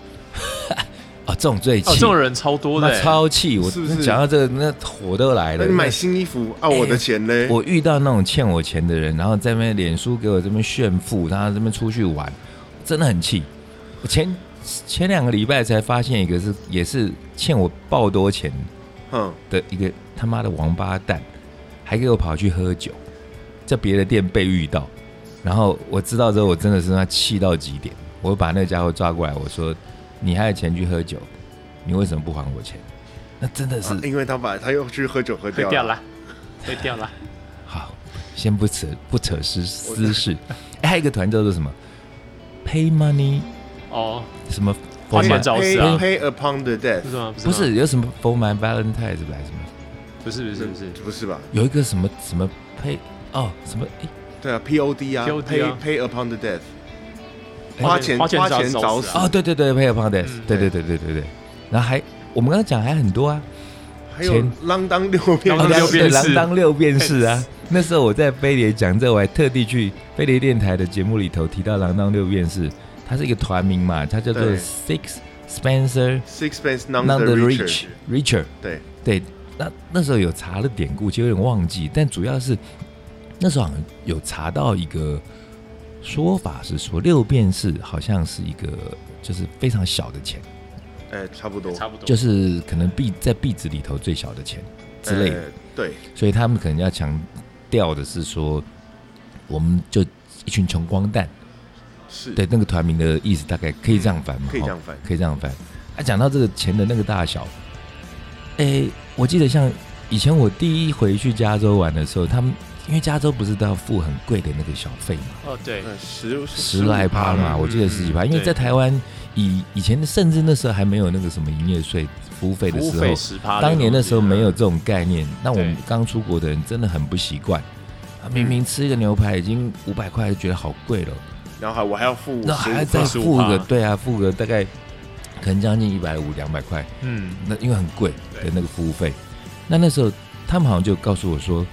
[SPEAKER 3] 哦，这种最
[SPEAKER 2] 哦，
[SPEAKER 3] 气
[SPEAKER 2] 这，种人超多的
[SPEAKER 3] 那
[SPEAKER 2] 欸，
[SPEAKER 3] 超气！我
[SPEAKER 1] 是不是
[SPEAKER 3] 讲到这个，那火都来
[SPEAKER 1] 那
[SPEAKER 3] 了。
[SPEAKER 1] 你买
[SPEAKER 3] 那
[SPEAKER 1] 新衣服啊，我的钱嘞，
[SPEAKER 3] 我遇到那种欠我钱的人，然后在那边脸书给我这边炫富，然后这边出去玩，真的很气。我前前两个礼拜才发现一个是也是欠我爆多钱
[SPEAKER 1] 嗯，
[SPEAKER 3] 的一个他妈的王八蛋，还给我跑去喝酒。在别的店被遇到，然后我知道之后，我真的是那气到极点，我把那个家伙抓过来，我说你还有钱去喝酒，你为什么不还我钱？那真的是
[SPEAKER 1] 啊因为他把他又去喝酒喝
[SPEAKER 2] 会
[SPEAKER 1] 掉
[SPEAKER 2] 掉啦，会掉啦。
[SPEAKER 3] 好，先不扯不扯私私事， 哎还有一个团叫做什么？Pay Money
[SPEAKER 2] 哦，
[SPEAKER 3] 什么？
[SPEAKER 2] 花钱
[SPEAKER 3] my-
[SPEAKER 2] 找死
[SPEAKER 1] Pay
[SPEAKER 2] 啊？
[SPEAKER 1] pay upon the death，
[SPEAKER 2] 不是吗？
[SPEAKER 3] 不
[SPEAKER 2] 吗，
[SPEAKER 3] 是有什么 For My Valentine 是不是还是什么？
[SPEAKER 2] 不是，不是，不是。
[SPEAKER 1] 不是吧？
[SPEAKER 3] 有一个什么什么 Pay 哦什么哎
[SPEAKER 1] 对啊，POD 啊
[SPEAKER 2] POD 啊
[SPEAKER 1] pay pay upon the death，
[SPEAKER 3] 哎
[SPEAKER 1] 花钱
[SPEAKER 2] 花钱
[SPEAKER 1] 花钱
[SPEAKER 2] 找
[SPEAKER 1] 找
[SPEAKER 2] 死啊
[SPEAKER 3] 哦，对对对，配合 p o d
[SPEAKER 2] 嗯
[SPEAKER 3] 对对对对对对。然后还我们刚刚讲还很多啊，
[SPEAKER 1] 还有
[SPEAKER 3] 钱
[SPEAKER 1] 锒铛六
[SPEAKER 2] 锒当
[SPEAKER 1] 便
[SPEAKER 2] 铛六
[SPEAKER 1] 士，
[SPEAKER 2] 便
[SPEAKER 3] 对
[SPEAKER 2] 士
[SPEAKER 3] 锒铛六便士啊。那时候我在飞碟讲这，我还特地去飞碟电台的节目里头提到锒铛六便士，它是一个团名嘛，它叫做
[SPEAKER 1] 对
[SPEAKER 3] Six Spencer
[SPEAKER 1] sixpence none
[SPEAKER 3] None
[SPEAKER 1] the
[SPEAKER 3] the
[SPEAKER 1] richer
[SPEAKER 3] Rich。Richer。
[SPEAKER 1] 对
[SPEAKER 3] 对，那那时候有查了典故，其实有点忘记，但主要是那时候好像有查到一个说法是说六便士好像是一个就是非常小的钱。
[SPEAKER 1] 哎，差不多
[SPEAKER 2] 差不多。
[SPEAKER 3] 就是是可能币在币值里头最小的钱之类的，
[SPEAKER 1] 哎对，
[SPEAKER 3] 所以他们可能要强调的是说，我们就一群穷光蛋，
[SPEAKER 1] 是，
[SPEAKER 3] 对那个团名的意思大概可以这样翻嘛，
[SPEAKER 1] 可以这
[SPEAKER 3] 哦
[SPEAKER 1] 样翻。
[SPEAKER 3] 可以这样翻。啊，讲到这个钱的那个大小，诶、我记得像以前我第一回去加州玩的时候，他们因为加州不是都要付很贵的那个小费嘛，
[SPEAKER 2] 哦，对，
[SPEAKER 1] 嗯，十
[SPEAKER 3] 十来趴嘛，
[SPEAKER 2] 嗯
[SPEAKER 3] 我记得十几趴，因为
[SPEAKER 2] 对
[SPEAKER 3] 在台湾以以前甚至那时候还没有那个什么营业税服务费的
[SPEAKER 2] 服务
[SPEAKER 3] 时候
[SPEAKER 2] 费，十趴。
[SPEAKER 3] 当年的时候
[SPEAKER 2] 啊
[SPEAKER 3] 没有这种概念，那我们
[SPEAKER 2] 对
[SPEAKER 3] 刚出国的人真的很不习惯。啊，明明吃一个牛排已经五百块，就觉得好贵了，
[SPEAKER 1] 然后还我还要付
[SPEAKER 3] 那还要再
[SPEAKER 1] 15%
[SPEAKER 3] 付个
[SPEAKER 2] 15%
[SPEAKER 3] 对啊，付个大概可能将近一百五两百块，
[SPEAKER 2] 嗯，
[SPEAKER 3] 那因为很贵
[SPEAKER 2] 对
[SPEAKER 3] 的那个服务费。那那时候他们好像就告诉我说，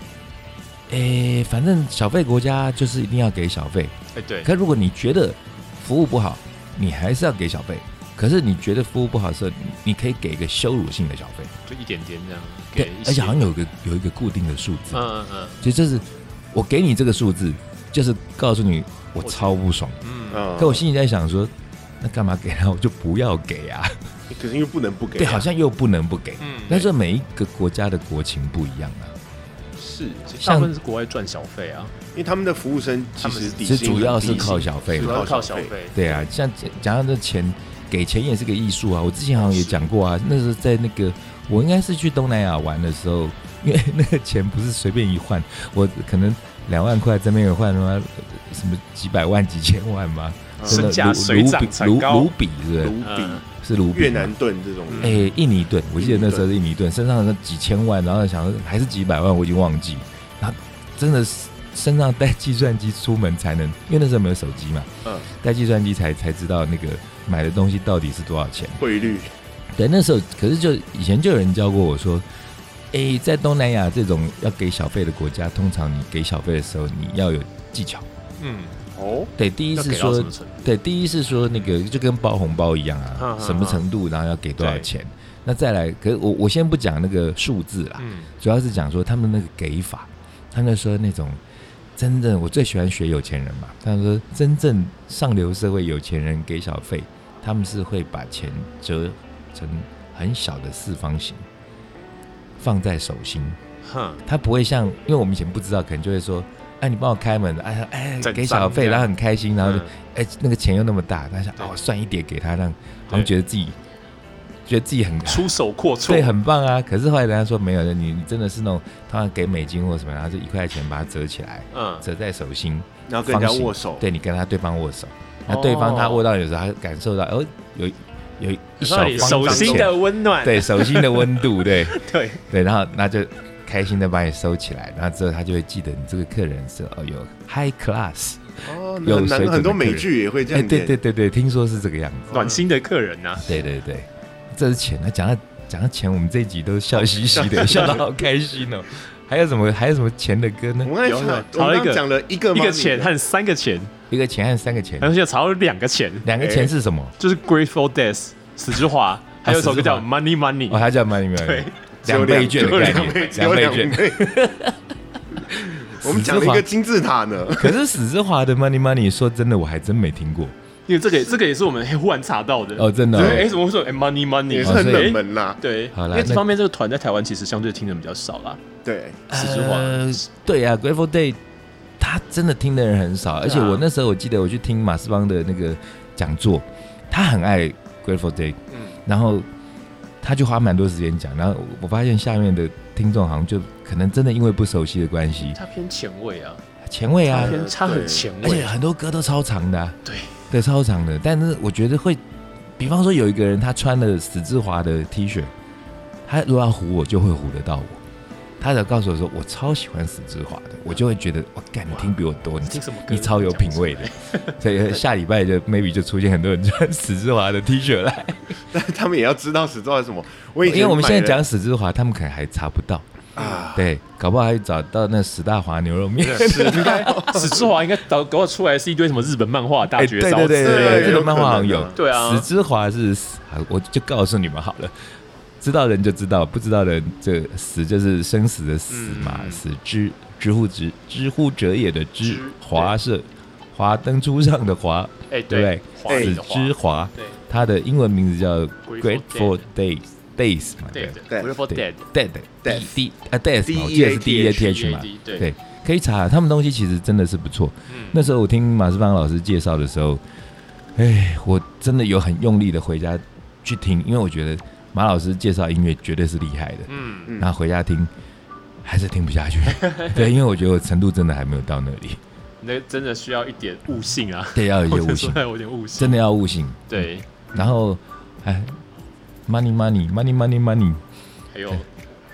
[SPEAKER 3] 诶，反正小费国家就是一定要给小费，
[SPEAKER 2] 哎，对，
[SPEAKER 3] 可如果你觉得服务不好，你还是要给小费。可是你觉得服务不好的时候，你你可以给一个羞辱性的小费。
[SPEAKER 2] 就一点点这样。
[SPEAKER 3] 对
[SPEAKER 2] 给一，些
[SPEAKER 3] 而且好像有一个有一个固定的数字，
[SPEAKER 2] 嗯嗯
[SPEAKER 3] 所以就是我给你这个数字，就是告诉你我超不爽。
[SPEAKER 2] 嗯嗯，
[SPEAKER 1] 嗯，
[SPEAKER 3] 可我心里在想说，那干嘛给啊他？我就不要给啊！
[SPEAKER 1] 可是又不能不给啊，
[SPEAKER 3] 对，好像又不能不给。
[SPEAKER 2] 嗯
[SPEAKER 3] 但是每一个国家的国情不一样啊，
[SPEAKER 1] 是，
[SPEAKER 2] 其实
[SPEAKER 3] 像
[SPEAKER 2] 大部分是国外赚小费啊，
[SPEAKER 1] 因为他们的服务生其实底薪
[SPEAKER 3] 其实主要是
[SPEAKER 1] 很低
[SPEAKER 3] 靠小费
[SPEAKER 1] 是啊
[SPEAKER 2] 主
[SPEAKER 3] 嘛。
[SPEAKER 2] 要靠小费。
[SPEAKER 3] 对啊，像讲到这钱，给钱也是个艺术啊。我之前好像也讲过啊，那时候在那个我应该是去东南亚玩的时候，因为那个钱不是随便一换，我可能两万块这边有换什么什么几百万几千万嘛，
[SPEAKER 1] 嗯
[SPEAKER 3] 真
[SPEAKER 2] 身
[SPEAKER 3] 的
[SPEAKER 2] 价水
[SPEAKER 3] 卢
[SPEAKER 2] 涨
[SPEAKER 3] 卢
[SPEAKER 2] 船
[SPEAKER 3] 卢
[SPEAKER 2] 高
[SPEAKER 3] 卢比是不是
[SPEAKER 1] 卢
[SPEAKER 2] 嗯
[SPEAKER 1] 比、
[SPEAKER 3] 是卢比
[SPEAKER 1] 越
[SPEAKER 3] 吗
[SPEAKER 1] 南盾这种的，
[SPEAKER 3] 哎、印尼盾，我记得那时候是印尼盾，身上那几千万，然后想说还是几百万，我已经忘记。然后真的是身上带计算机出门才能，因为那时候没有手机嘛，
[SPEAKER 1] 嗯，
[SPEAKER 3] 带计算机才才知道那个买的东西到底是多少钱。
[SPEAKER 1] 汇率
[SPEAKER 3] 对，那时候可是就以前就有人教过我说，哎、在东南亚这种要给小费的国家，通常你给小费的时候你要有技巧。
[SPEAKER 2] 嗯，
[SPEAKER 3] 哎
[SPEAKER 1] 哦，
[SPEAKER 3] 对，第一
[SPEAKER 2] 要
[SPEAKER 3] 是
[SPEAKER 2] 给到
[SPEAKER 3] 说
[SPEAKER 2] 什么程度？
[SPEAKER 3] 对，第一是说那个就跟包红包一样
[SPEAKER 2] 嗯
[SPEAKER 3] 啊
[SPEAKER 2] 嗯，
[SPEAKER 3] 什么程度，然后要给多少
[SPEAKER 2] 对
[SPEAKER 3] 钱。那再来，可是我我先不讲那个数字啦，
[SPEAKER 2] 嗯，
[SPEAKER 3] 主要是讲说他们那个给法，他们说那种真正我最喜欢学有钱人嘛，他们说真正上流社会有钱人给小费，他们是会把钱折成很小的四方形，放在手心，
[SPEAKER 2] 哼，
[SPEAKER 3] 他不会像，因为我们以前不知道，可能就会说，哎，你帮我开门，哎哎，
[SPEAKER 2] 整
[SPEAKER 3] 给
[SPEAKER 2] 张
[SPEAKER 3] 小
[SPEAKER 2] 这
[SPEAKER 3] 费，
[SPEAKER 2] 样
[SPEAKER 3] 然后很开心，然后就
[SPEAKER 2] 嗯
[SPEAKER 3] 哎、那个钱又那么大，他想
[SPEAKER 2] 对
[SPEAKER 3] 哦，算一叠给他，让好
[SPEAKER 2] 对
[SPEAKER 3] 像觉得自己觉得自己很
[SPEAKER 2] 出手阔绰，
[SPEAKER 3] 对，很棒啊。可是后来人家说没有，你你真的是那种，通常给美金或什么，然后就一块钱把它折起来，
[SPEAKER 2] 嗯，
[SPEAKER 3] 折在手心，
[SPEAKER 1] 然后跟人家
[SPEAKER 3] 方形
[SPEAKER 1] 握
[SPEAKER 2] 哦
[SPEAKER 1] 手，
[SPEAKER 3] 对你跟他对方握手，那对方他握到你的时候，他感受到哦，有有一小
[SPEAKER 2] 让你
[SPEAKER 3] 方
[SPEAKER 2] 手
[SPEAKER 3] 张
[SPEAKER 2] 心
[SPEAKER 3] 钱
[SPEAKER 2] 的温暖，
[SPEAKER 3] 对手心的温度， 对。
[SPEAKER 2] 对，
[SPEAKER 3] 对，然后那就开心的把你收起来，然后之后他就会记得你这个客人是哦有 high class，
[SPEAKER 1] 哦，
[SPEAKER 3] 有
[SPEAKER 1] 那难
[SPEAKER 3] 水
[SPEAKER 1] 道
[SPEAKER 3] 准
[SPEAKER 1] 很多
[SPEAKER 3] 的客人哎
[SPEAKER 1] 美剧也会这样
[SPEAKER 3] 对
[SPEAKER 1] 演，
[SPEAKER 3] 对对对，听说是这个样子，
[SPEAKER 2] 暖心的客人啊呐，
[SPEAKER 3] 对对对，这是钱。那讲到讲到钱，我们这一集都笑嘻嘻 的，笑到好开心哦。还有什么还有什么钱的歌呢
[SPEAKER 1] 我？们
[SPEAKER 2] 有
[SPEAKER 1] 刚才
[SPEAKER 2] 有
[SPEAKER 1] 讲
[SPEAKER 2] 找到
[SPEAKER 1] 我们
[SPEAKER 2] 一
[SPEAKER 1] 刚刚讲了一个
[SPEAKER 2] 个 一个
[SPEAKER 1] 吗
[SPEAKER 2] 钱和三个钱，
[SPEAKER 3] 一个钱和三个钱
[SPEAKER 1] 哎
[SPEAKER 2] 而，且炒了两个钱，
[SPEAKER 3] 两个钱是什么？
[SPEAKER 2] 就是 Grateful Death 死之华，还有一首歌叫
[SPEAKER 3] 啊死之
[SPEAKER 2] Money
[SPEAKER 3] 哦，
[SPEAKER 2] Money，
[SPEAKER 3] 它叫 money
[SPEAKER 2] 对
[SPEAKER 3] money，
[SPEAKER 1] 只有
[SPEAKER 3] 两倍券的概
[SPEAKER 1] 两倍
[SPEAKER 3] 念，
[SPEAKER 1] 只
[SPEAKER 3] 两
[SPEAKER 1] 有
[SPEAKER 3] 倍
[SPEAKER 1] 两
[SPEAKER 3] 券。
[SPEAKER 1] 倍。 我们讲了一个金字塔呢，
[SPEAKER 3] 可是史之华的 money money，说真的，我还真没听过
[SPEAKER 2] 因为这个这个也是我们忽然查到的，
[SPEAKER 3] 哦，真的
[SPEAKER 2] 就
[SPEAKER 3] 哦、
[SPEAKER 2] 是哎，怎么会说哎 Money Money
[SPEAKER 1] 也是很
[SPEAKER 3] 哦所以
[SPEAKER 1] 冷门啦。
[SPEAKER 2] 对，
[SPEAKER 3] 好
[SPEAKER 2] 因
[SPEAKER 3] 啦
[SPEAKER 2] 为这
[SPEAKER 3] 那
[SPEAKER 2] 方面这个团在台湾其实相对听的比较少啦。
[SPEAKER 1] 对，
[SPEAKER 2] 死之华
[SPEAKER 3] 呃对啊，Grateful Day 他真的听的人很
[SPEAKER 2] 啊
[SPEAKER 3] 少，而且我那时候我记得我去听马斯邦的那个讲座，他很爱 Grateful Dead，
[SPEAKER 2] 嗯，
[SPEAKER 3] 然后他就花蛮多时间讲，然后我发现下面的听众好像就可能真的因为不熟悉的关系，
[SPEAKER 2] 他偏前卫啊，
[SPEAKER 3] 前卫
[SPEAKER 2] 他
[SPEAKER 3] 啊，
[SPEAKER 2] 偏他很
[SPEAKER 1] 对
[SPEAKER 2] 前
[SPEAKER 3] 而且
[SPEAKER 2] 卫，
[SPEAKER 3] 很多歌都超长的、啊，
[SPEAKER 2] 哎对，
[SPEAKER 3] 对，超长的。但是我觉得会，比方说有一个人他穿了史志华的 T 恤，他如果要唬我，就会唬得到我。他只要告诉我说我超喜欢史志华的，我就会觉得我干，你听比我多，你
[SPEAKER 2] 听什么歌？
[SPEAKER 3] 你超有品味的。所以下礼拜就 maybe 就出现很多人穿史志华的 T 恤来，
[SPEAKER 1] 但他们也要知道史志华是什么。我以
[SPEAKER 3] 因
[SPEAKER 1] 前
[SPEAKER 3] 为我们现在
[SPEAKER 1] 买了
[SPEAKER 3] 讲史志华，他们可能还查不到，
[SPEAKER 1] 啊，
[SPEAKER 3] 对，搞不好还找到那十大华牛肉面。
[SPEAKER 2] 是啊应该史志华应该搞搞出来是一堆什么日本漫画大
[SPEAKER 3] 哎
[SPEAKER 2] 绝
[SPEAKER 3] 对
[SPEAKER 2] 招
[SPEAKER 3] 对
[SPEAKER 2] 之类
[SPEAKER 3] 对
[SPEAKER 2] 的，
[SPEAKER 1] 对
[SPEAKER 3] 这
[SPEAKER 1] 有
[SPEAKER 3] 个
[SPEAKER 1] 可
[SPEAKER 3] 漫画好像
[SPEAKER 1] 能
[SPEAKER 3] 有
[SPEAKER 1] 啊。
[SPEAKER 2] 对啊
[SPEAKER 3] 史之华是死，啊我就告诉你们好了，知道的人就知道，不知道的人这死就是生死的死嘛，
[SPEAKER 2] 嗯
[SPEAKER 3] 死之知乎之知乎者也的知
[SPEAKER 2] 知，
[SPEAKER 3] 华是华灯初上的华，
[SPEAKER 2] 哎，
[SPEAKER 3] 对不对
[SPEAKER 2] 对，华丽的
[SPEAKER 3] 死
[SPEAKER 2] 华，
[SPEAKER 3] 之华，
[SPEAKER 2] 对
[SPEAKER 3] 它的英文名字叫
[SPEAKER 2] Grateful
[SPEAKER 3] Grateful Days Days 嘛，
[SPEAKER 2] 对
[SPEAKER 1] 对
[SPEAKER 2] 对，Grateful Dead。
[SPEAKER 3] dead
[SPEAKER 1] Death
[SPEAKER 3] d 啊 death，嘛我
[SPEAKER 1] D E A T H
[SPEAKER 3] 记得是 D E A T H 嘛
[SPEAKER 2] D，E A T，对
[SPEAKER 3] 对，可以查，他们东西其实真的是不错。
[SPEAKER 2] 嗯
[SPEAKER 3] 那时候我听马世芳老师介绍的时候，哎，我真的有很用力的回家去听，因为我觉得马老师介绍音乐绝对是厉害的。
[SPEAKER 2] 嗯，
[SPEAKER 1] 嗯
[SPEAKER 3] 然后回家听，还是听不 下去。对，因为我觉得我程度真的还没有到那里，
[SPEAKER 2] 那真的需要一点悟性啊，
[SPEAKER 3] 对，要有 一些悟性
[SPEAKER 2] 我觉，得有点悟性，
[SPEAKER 3] 真的要悟性。
[SPEAKER 2] 对，
[SPEAKER 3] 然后，哎，money money money money money
[SPEAKER 2] 还有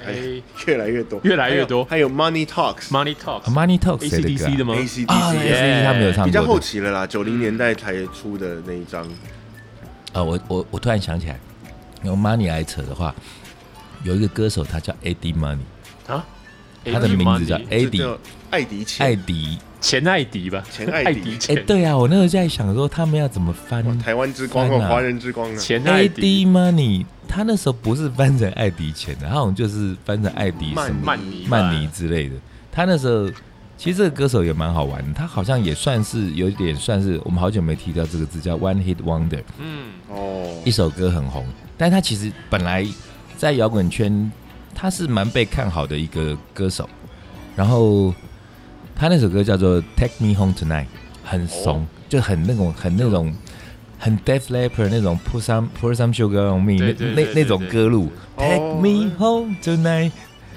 [SPEAKER 1] 哎
[SPEAKER 2] 哎，
[SPEAKER 1] 越来越多，
[SPEAKER 2] 越来越多
[SPEAKER 1] 还有还有 Money Talks、
[SPEAKER 2] Money Talks
[SPEAKER 3] 啊 money talk 谁的歌
[SPEAKER 2] ACDC 的
[SPEAKER 3] 啊？
[SPEAKER 2] 吗
[SPEAKER 1] ACDC，
[SPEAKER 3] 啊对
[SPEAKER 2] 耶
[SPEAKER 3] ACDC 他没有唱
[SPEAKER 1] 比较
[SPEAKER 3] 过
[SPEAKER 1] 后
[SPEAKER 3] 的
[SPEAKER 1] 期了啦，九零年代才出的那一张。
[SPEAKER 3] 啊，我我我突然想起来，用 money 来扯的话，有一个歌手他叫 Eddie Money，
[SPEAKER 2] 啊？
[SPEAKER 3] 他的名字叫
[SPEAKER 2] Money，
[SPEAKER 1] 这
[SPEAKER 3] Eddie
[SPEAKER 1] 叫艾迪钱
[SPEAKER 3] 艾迪。
[SPEAKER 2] 钱艾迪吧，
[SPEAKER 1] 钱艾迪
[SPEAKER 2] 迪
[SPEAKER 3] 哎、
[SPEAKER 2] 钱，
[SPEAKER 3] 对啊，我那时候就在想说他们要怎么翻
[SPEAKER 1] 哇台湾之光哦，
[SPEAKER 3] 翻啊
[SPEAKER 1] 华人之光啊！
[SPEAKER 2] 钱艾
[SPEAKER 3] A
[SPEAKER 2] 迪
[SPEAKER 3] D Money，他那时候不是翻成艾迪钱的，他好像就是翻成艾迪什么
[SPEAKER 2] 曼尼
[SPEAKER 3] 曼尼之类的。他那时候其实这个歌手也蛮好玩的，他好像也算是有一点算是我们好久没提到这个字叫 One Hit Wonder，
[SPEAKER 2] 嗯，
[SPEAKER 1] 哦
[SPEAKER 3] 一，首歌很红，但他其实本来在摇滚圈他是蛮被看好的一个歌手，然后他那首歌叫做《Take Me Home Tonight》，很怂，
[SPEAKER 2] 哦
[SPEAKER 3] 就很那种很那种很 Def Leppard 那种 Put Some Put Some Sugar on Me
[SPEAKER 2] 对对
[SPEAKER 3] 那
[SPEAKER 2] 对
[SPEAKER 3] 那那种歌路，《
[SPEAKER 1] 对
[SPEAKER 3] Take Me Home Tonight》。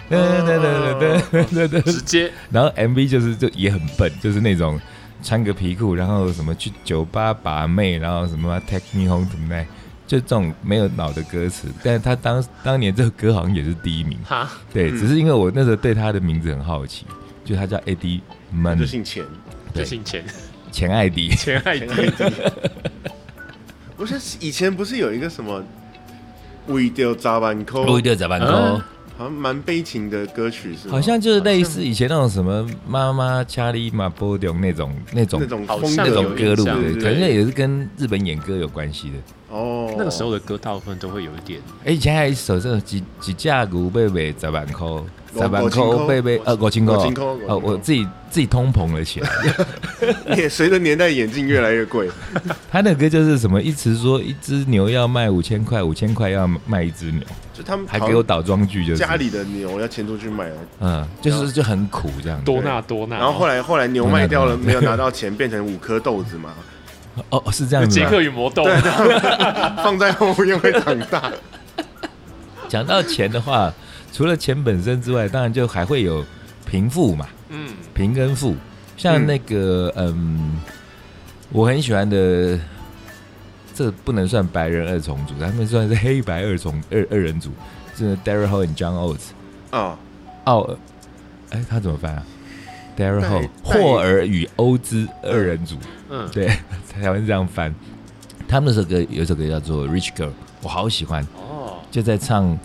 [SPEAKER 3] 哒
[SPEAKER 2] 哦
[SPEAKER 3] 哒哒哒哒哒
[SPEAKER 2] 直接
[SPEAKER 3] 然后 MV 就是就也很笨，就是那种穿个皮裤，然后什么去酒吧把妹，然后什么啊 Take Me Home Tonight，就这种没有脑的歌词。但是他当当年这个歌好像也是第一名，
[SPEAKER 2] 哈，
[SPEAKER 3] 对，
[SPEAKER 1] 嗯
[SPEAKER 3] 只是因为我那时候对他的名字很好奇，就他叫 AD
[SPEAKER 1] 他就
[SPEAKER 3] Man，
[SPEAKER 1] 姓 钱，
[SPEAKER 2] 就
[SPEAKER 3] 对，
[SPEAKER 2] 姓钱，
[SPEAKER 3] 前艾迪，
[SPEAKER 2] 钱艾
[SPEAKER 1] 钱
[SPEAKER 2] 迪，
[SPEAKER 1] 艾迪。不是以前不是有一个什么《为掉扎板扣》，
[SPEAKER 3] 路易德咋办
[SPEAKER 2] 嗯
[SPEAKER 3] 哦？
[SPEAKER 1] 好像蛮悲情的歌曲是吗？
[SPEAKER 3] 好像就是类似以前那种什么妈妈查理马波隆那种那种
[SPEAKER 1] 那种
[SPEAKER 2] 好
[SPEAKER 1] 风格
[SPEAKER 2] 像
[SPEAKER 3] 那种
[SPEAKER 2] 有
[SPEAKER 3] 歌
[SPEAKER 2] 印
[SPEAKER 3] 路
[SPEAKER 2] 象
[SPEAKER 3] 的，
[SPEAKER 1] 对
[SPEAKER 3] 可能也是跟日本演歌有关系的。
[SPEAKER 1] 哦，
[SPEAKER 2] 那个时候的歌大部分都会有一点，
[SPEAKER 3] 哎，以前还有一首这种几几架牛贝贝十万块，
[SPEAKER 1] 五
[SPEAKER 3] 十万块贝贝呃五千块，
[SPEAKER 1] 五千块五千块
[SPEAKER 3] 哦，我自己自己通膨 了起来。
[SPEAKER 1] 也随着年代眼镜越来越贵，
[SPEAKER 3] 他那个歌就是什么，一直说一只牛要卖五千块，五千块要卖一只牛，
[SPEAKER 1] 就他们
[SPEAKER 3] 还给我倒装句，就是
[SPEAKER 1] 家里的牛要牵出去卖
[SPEAKER 2] 哦
[SPEAKER 1] 了，
[SPEAKER 3] 嗯，就是就很苦这样子。
[SPEAKER 2] 多纳多纳，
[SPEAKER 1] 然后后
[SPEAKER 2] 来
[SPEAKER 1] 来后来牛卖掉了，没有拿到钱，变成五颗豆 子嘛，
[SPEAKER 3] 哦，哦是这样子
[SPEAKER 2] 杰
[SPEAKER 3] 吗。
[SPEAKER 2] 克与魔豆，
[SPEAKER 1] 放在后面会长大。
[SPEAKER 3] 讲到钱的话，除了钱本身之外，当然就还会有贫富嘛，
[SPEAKER 2] 嗯，
[SPEAKER 3] 贫跟富。像那个嗯，我很喜欢的，这不能算白人二重组，他们算是黑白二重二二人组，是 Daryl Hall 和 John Oates。
[SPEAKER 1] 哦，
[SPEAKER 3] 奥尔，哎，他怎么翻啊？Daryl
[SPEAKER 1] 戴
[SPEAKER 3] Hall
[SPEAKER 1] 戴
[SPEAKER 3] 霍尔与欧兹二人组，
[SPEAKER 2] 嗯，
[SPEAKER 3] 对， 台湾是这样翻。他们那首歌有一首歌叫做《Rich Girl》，我好喜欢，
[SPEAKER 2] 哦，
[SPEAKER 3] 就在唱。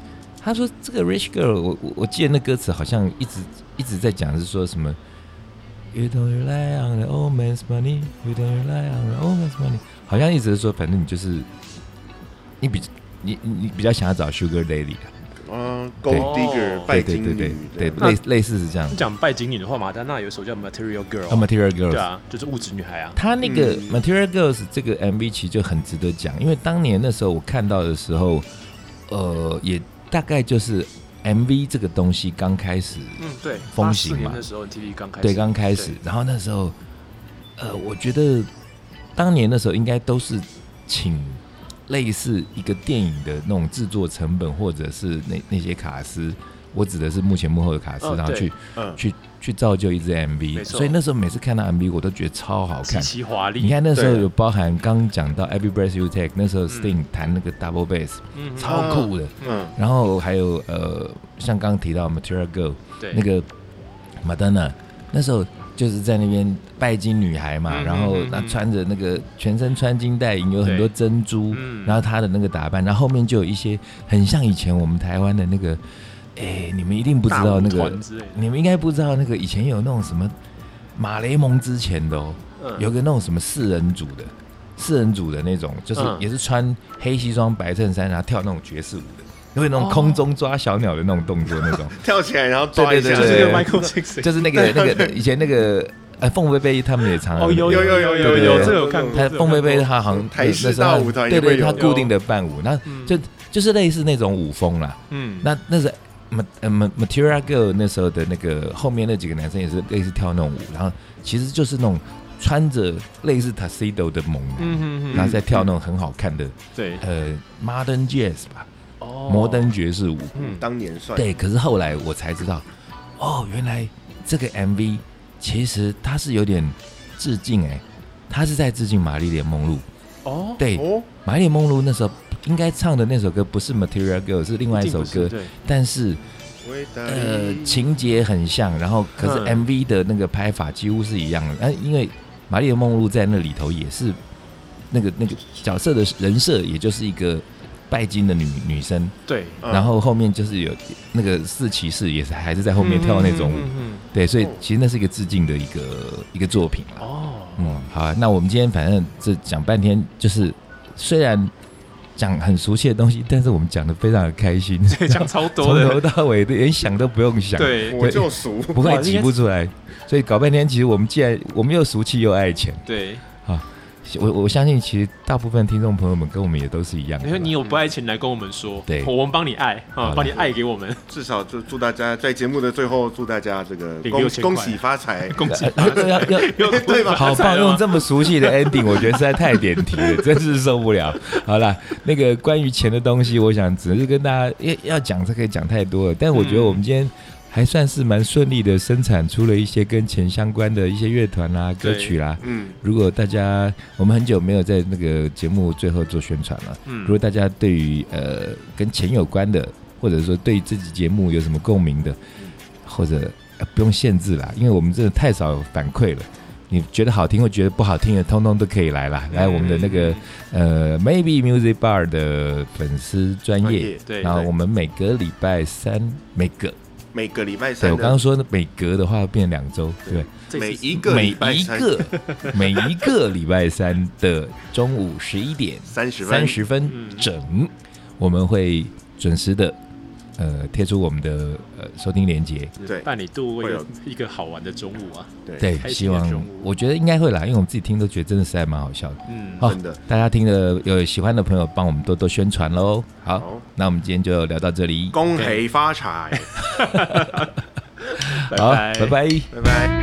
[SPEAKER 3] 他说这个 Rich Girl，我我我记得那歌词好像一直一直在讲是说什么，You don't rely on the old man's money, you don't rely on the old man's money，好像一直说反正你就是你比你你你比较想要找 Sugar Daddy 啊，
[SPEAKER 1] 嗯，Gold
[SPEAKER 2] 对
[SPEAKER 1] Digger
[SPEAKER 2] 哦
[SPEAKER 1] 拜
[SPEAKER 3] 对
[SPEAKER 1] 金
[SPEAKER 3] 对
[SPEAKER 1] 女
[SPEAKER 3] 对
[SPEAKER 1] 这
[SPEAKER 3] 对
[SPEAKER 1] 样
[SPEAKER 3] 对，类类似是这样
[SPEAKER 2] 你。讲拜金女的话，马丹娜有一首叫 Material
[SPEAKER 3] 啊
[SPEAKER 2] Girl，
[SPEAKER 3] Material Girls，
[SPEAKER 2] 对啊，就是物质女孩啊，
[SPEAKER 3] 他那个
[SPEAKER 1] 哦嗯
[SPEAKER 3] 《Material Girls》这个 MV 其实就很值得讲，因为当年那时候我看到的时候，呃，也大概就是 MV 这个东西刚开始，
[SPEAKER 2] 嗯，对，
[SPEAKER 3] 风行
[SPEAKER 2] 84
[SPEAKER 3] 嘛
[SPEAKER 2] 年的时候 TV 刚开始，
[SPEAKER 3] 对，刚开始
[SPEAKER 2] 对，
[SPEAKER 3] 然后那时候，呃，我觉得当年的时候应该都是请类似一个电影的那种制作成本，或者是那那些卡司，我指的是幕前幕后的卡司，
[SPEAKER 2] 嗯
[SPEAKER 3] 然后
[SPEAKER 2] 对
[SPEAKER 3] 去
[SPEAKER 1] 嗯，
[SPEAKER 3] 去去造就一支
[SPEAKER 2] 没
[SPEAKER 3] MV。
[SPEAKER 2] 错
[SPEAKER 3] 所以那时候每次看到 MV，我都觉得超好
[SPEAKER 2] 极
[SPEAKER 3] 看。
[SPEAKER 2] 其华丽。
[SPEAKER 3] 你看那时候
[SPEAKER 1] 对
[SPEAKER 3] 有
[SPEAKER 2] 啊
[SPEAKER 3] 包含刚讲到《Every Breath You Take》，那时候 Sting 弹那个 double bass，、
[SPEAKER 2] 嗯嗯，嗯，
[SPEAKER 3] 超酷的。
[SPEAKER 1] 嗯
[SPEAKER 3] 然后还有呃，像刚刚提到《Material Girl》，
[SPEAKER 2] 对，
[SPEAKER 3] 那个马丹娜，那时候就是在那边拜金女孩嘛，
[SPEAKER 2] 嗯
[SPEAKER 3] 然后
[SPEAKER 2] 嗯嗯
[SPEAKER 3] 她穿着那个全身穿金戴银，有很多
[SPEAKER 2] 对
[SPEAKER 3] 珍珠，
[SPEAKER 2] 嗯
[SPEAKER 3] 然后她的那个打扮，然后后面就有一些很像以前我们台湾的那个，哎，你们一定不知道那
[SPEAKER 2] 大舞
[SPEAKER 3] 个
[SPEAKER 2] 团，之类的，
[SPEAKER 3] 你们应该不知道那个以前有那种什么马雷蒙之前的哦，
[SPEAKER 2] 嗯
[SPEAKER 3] 有个那种什么四人组的。四人组的那种，就是
[SPEAKER 2] 嗯
[SPEAKER 3] 也是穿黑西装、白衬衫，然后跳那种爵士舞的，因为那种
[SPEAKER 2] 哦
[SPEAKER 3] 空中抓小鸟的那种动作，那种。
[SPEAKER 1] 跳起来然后抓一下，
[SPEAKER 3] 对
[SPEAKER 2] 就是那
[SPEAKER 3] 对对
[SPEAKER 2] 个 Michael Jackson，
[SPEAKER 3] 就是那个那个以前那个呃凤飞飞他们也常常
[SPEAKER 2] 哦，有有有有有
[SPEAKER 3] 对对
[SPEAKER 2] 有，
[SPEAKER 3] 对
[SPEAKER 2] 这个有看过，
[SPEAKER 3] 他
[SPEAKER 2] 这个有
[SPEAKER 3] 凤飞飞
[SPEAKER 2] 看过
[SPEAKER 3] 他好像
[SPEAKER 1] 台式
[SPEAKER 3] 那时候他
[SPEAKER 1] 大舞团也
[SPEAKER 3] 对
[SPEAKER 1] 会
[SPEAKER 3] 对，
[SPEAKER 1] 有
[SPEAKER 3] 他固定的伴舞，那
[SPEAKER 2] 嗯
[SPEAKER 3] 就就是类似那种舞风啦。
[SPEAKER 2] 嗯，
[SPEAKER 3] 那那是 Ma- 呃 Ma- Material Girl 那时候的那个后面那几个男生也是类似跳那种舞，然后其实就是那种穿着类似 tuxedo 的猛男，
[SPEAKER 2] 嗯嗯嗯，
[SPEAKER 3] 然后再跳那种很好看的
[SPEAKER 2] 对
[SPEAKER 3] 呃 modern jazz 吧，
[SPEAKER 2] 哦
[SPEAKER 3] 摩登爵士舞。
[SPEAKER 2] 嗯
[SPEAKER 1] 当年算
[SPEAKER 3] 对，可是后来我才知道，哦，原来这个 MV 其实它是有点致敬哎、它是在致敬玛丽莲梦露。
[SPEAKER 2] 哦，
[SPEAKER 3] 对，
[SPEAKER 1] 哦，
[SPEAKER 3] 玛丽莲梦露那时候应该唱的那首歌不是 Material Girl，是另外一
[SPEAKER 2] 并
[SPEAKER 3] 首
[SPEAKER 2] 不是
[SPEAKER 3] 歌，
[SPEAKER 2] 对，
[SPEAKER 3] 但是
[SPEAKER 1] 伟大
[SPEAKER 3] 呃情节很像，然后可是
[SPEAKER 2] 嗯
[SPEAKER 3] MV 的那个拍法几乎是一样的，但因为玛丽莲梦露在那里头也是那个那个角色的人设，也就是一个拜金的女女生，
[SPEAKER 2] 对，
[SPEAKER 1] 嗯
[SPEAKER 3] 然后后面就是有那个四骑士也是还是在后面跳那种舞，
[SPEAKER 2] 嗯嗯嗯嗯
[SPEAKER 3] 对，所以
[SPEAKER 1] 哦
[SPEAKER 3] 其实那是一个致敬的一个一个作品啦。
[SPEAKER 2] 哦，
[SPEAKER 3] 嗯，好、啊，那我们今天反正这讲半天，就是虽然讲很熟悉的东西，但是我们讲的非常的开心，
[SPEAKER 2] 对，讲超多
[SPEAKER 3] 从头
[SPEAKER 2] 的，
[SPEAKER 3] 到尾连想都不用想，，
[SPEAKER 2] 对
[SPEAKER 1] 嗯我就熟，
[SPEAKER 3] 不会挤不出来。所以搞半天，其实我们既然我们又俗气又爱钱，
[SPEAKER 2] 对，
[SPEAKER 3] 我我相信其实大部分听众朋友们跟我们也都是一样的
[SPEAKER 2] 你说
[SPEAKER 3] 啦。
[SPEAKER 2] 你有不爱钱来跟我们说，
[SPEAKER 3] 对
[SPEAKER 2] 我们帮你爱啊，
[SPEAKER 3] 了，
[SPEAKER 2] 帮你爱给我们，
[SPEAKER 1] 至少就祝大家在节目的最后祝大家这个
[SPEAKER 2] 领
[SPEAKER 1] 恭
[SPEAKER 2] 6000块
[SPEAKER 1] 恭喜发财，
[SPEAKER 2] 恭喜
[SPEAKER 3] 要要
[SPEAKER 2] 又
[SPEAKER 1] 对吧
[SPEAKER 3] 好
[SPEAKER 2] 啊
[SPEAKER 3] 棒！用这么熟悉的 ending，我觉得实在太点题了，真是受不了。 好啦，那个关于钱的东西，我想只是跟大家要要讲，这可以讲太多了。但我觉得我们今天还算是蛮顺利的，生产出了一些跟钱相关的一些乐团啦、歌
[SPEAKER 2] 对
[SPEAKER 3] 曲啦。
[SPEAKER 1] 嗯，
[SPEAKER 3] 如果大家，我们很久没有在那个节目最后做宣传了。
[SPEAKER 2] 嗯
[SPEAKER 3] 如果大家对于呃跟钱有关的，或者说对这期节目有什么共鸣的，
[SPEAKER 1] 嗯
[SPEAKER 3] 或者、呃不用限制啦，因为我们真的太少反馈了。你觉得好听或觉得不好听的，通通都可以来啦。
[SPEAKER 1] 嗯
[SPEAKER 3] 来我们的那个呃 Maybe Music Bar 的粉丝专
[SPEAKER 1] 专
[SPEAKER 3] 业
[SPEAKER 1] 业，
[SPEAKER 2] 对，
[SPEAKER 3] 然后我们每个礼拜三每个，
[SPEAKER 1] 每个礼拜
[SPEAKER 3] 对
[SPEAKER 1] 三
[SPEAKER 3] 我刚刚
[SPEAKER 1] 的
[SPEAKER 3] 说的每隔的话变两周，对不对。
[SPEAKER 2] 这
[SPEAKER 1] 每
[SPEAKER 2] 次
[SPEAKER 1] 一个
[SPEAKER 3] 每
[SPEAKER 1] 礼拜
[SPEAKER 3] 一
[SPEAKER 1] 三
[SPEAKER 3] 个每一个礼拜三的中午十一点
[SPEAKER 1] 三十分
[SPEAKER 3] 三十分
[SPEAKER 2] 嗯
[SPEAKER 3] 整，我们会准时的呃贴出我们的呃收听链接。
[SPEAKER 1] 对
[SPEAKER 2] 带你度过一
[SPEAKER 1] 会
[SPEAKER 2] 个一个好玩的中午啊，
[SPEAKER 1] 对
[SPEAKER 3] 对，
[SPEAKER 2] 开心
[SPEAKER 3] 希
[SPEAKER 2] 的
[SPEAKER 3] 望
[SPEAKER 2] 中午
[SPEAKER 3] 我觉得应该会啦，因为我们自己听都觉得真的实在蛮好笑的。
[SPEAKER 2] 嗯，
[SPEAKER 3] 好
[SPEAKER 1] 真的，
[SPEAKER 3] 大家听的有喜欢的朋友，帮我们多多宣传喽。好
[SPEAKER 1] 好，
[SPEAKER 3] 那我们今天就聊到这里，
[SPEAKER 1] 恭喜发财，
[SPEAKER 2] 拜
[SPEAKER 3] 好，
[SPEAKER 2] 拜
[SPEAKER 3] 拜拜。
[SPEAKER 1] 拜拜。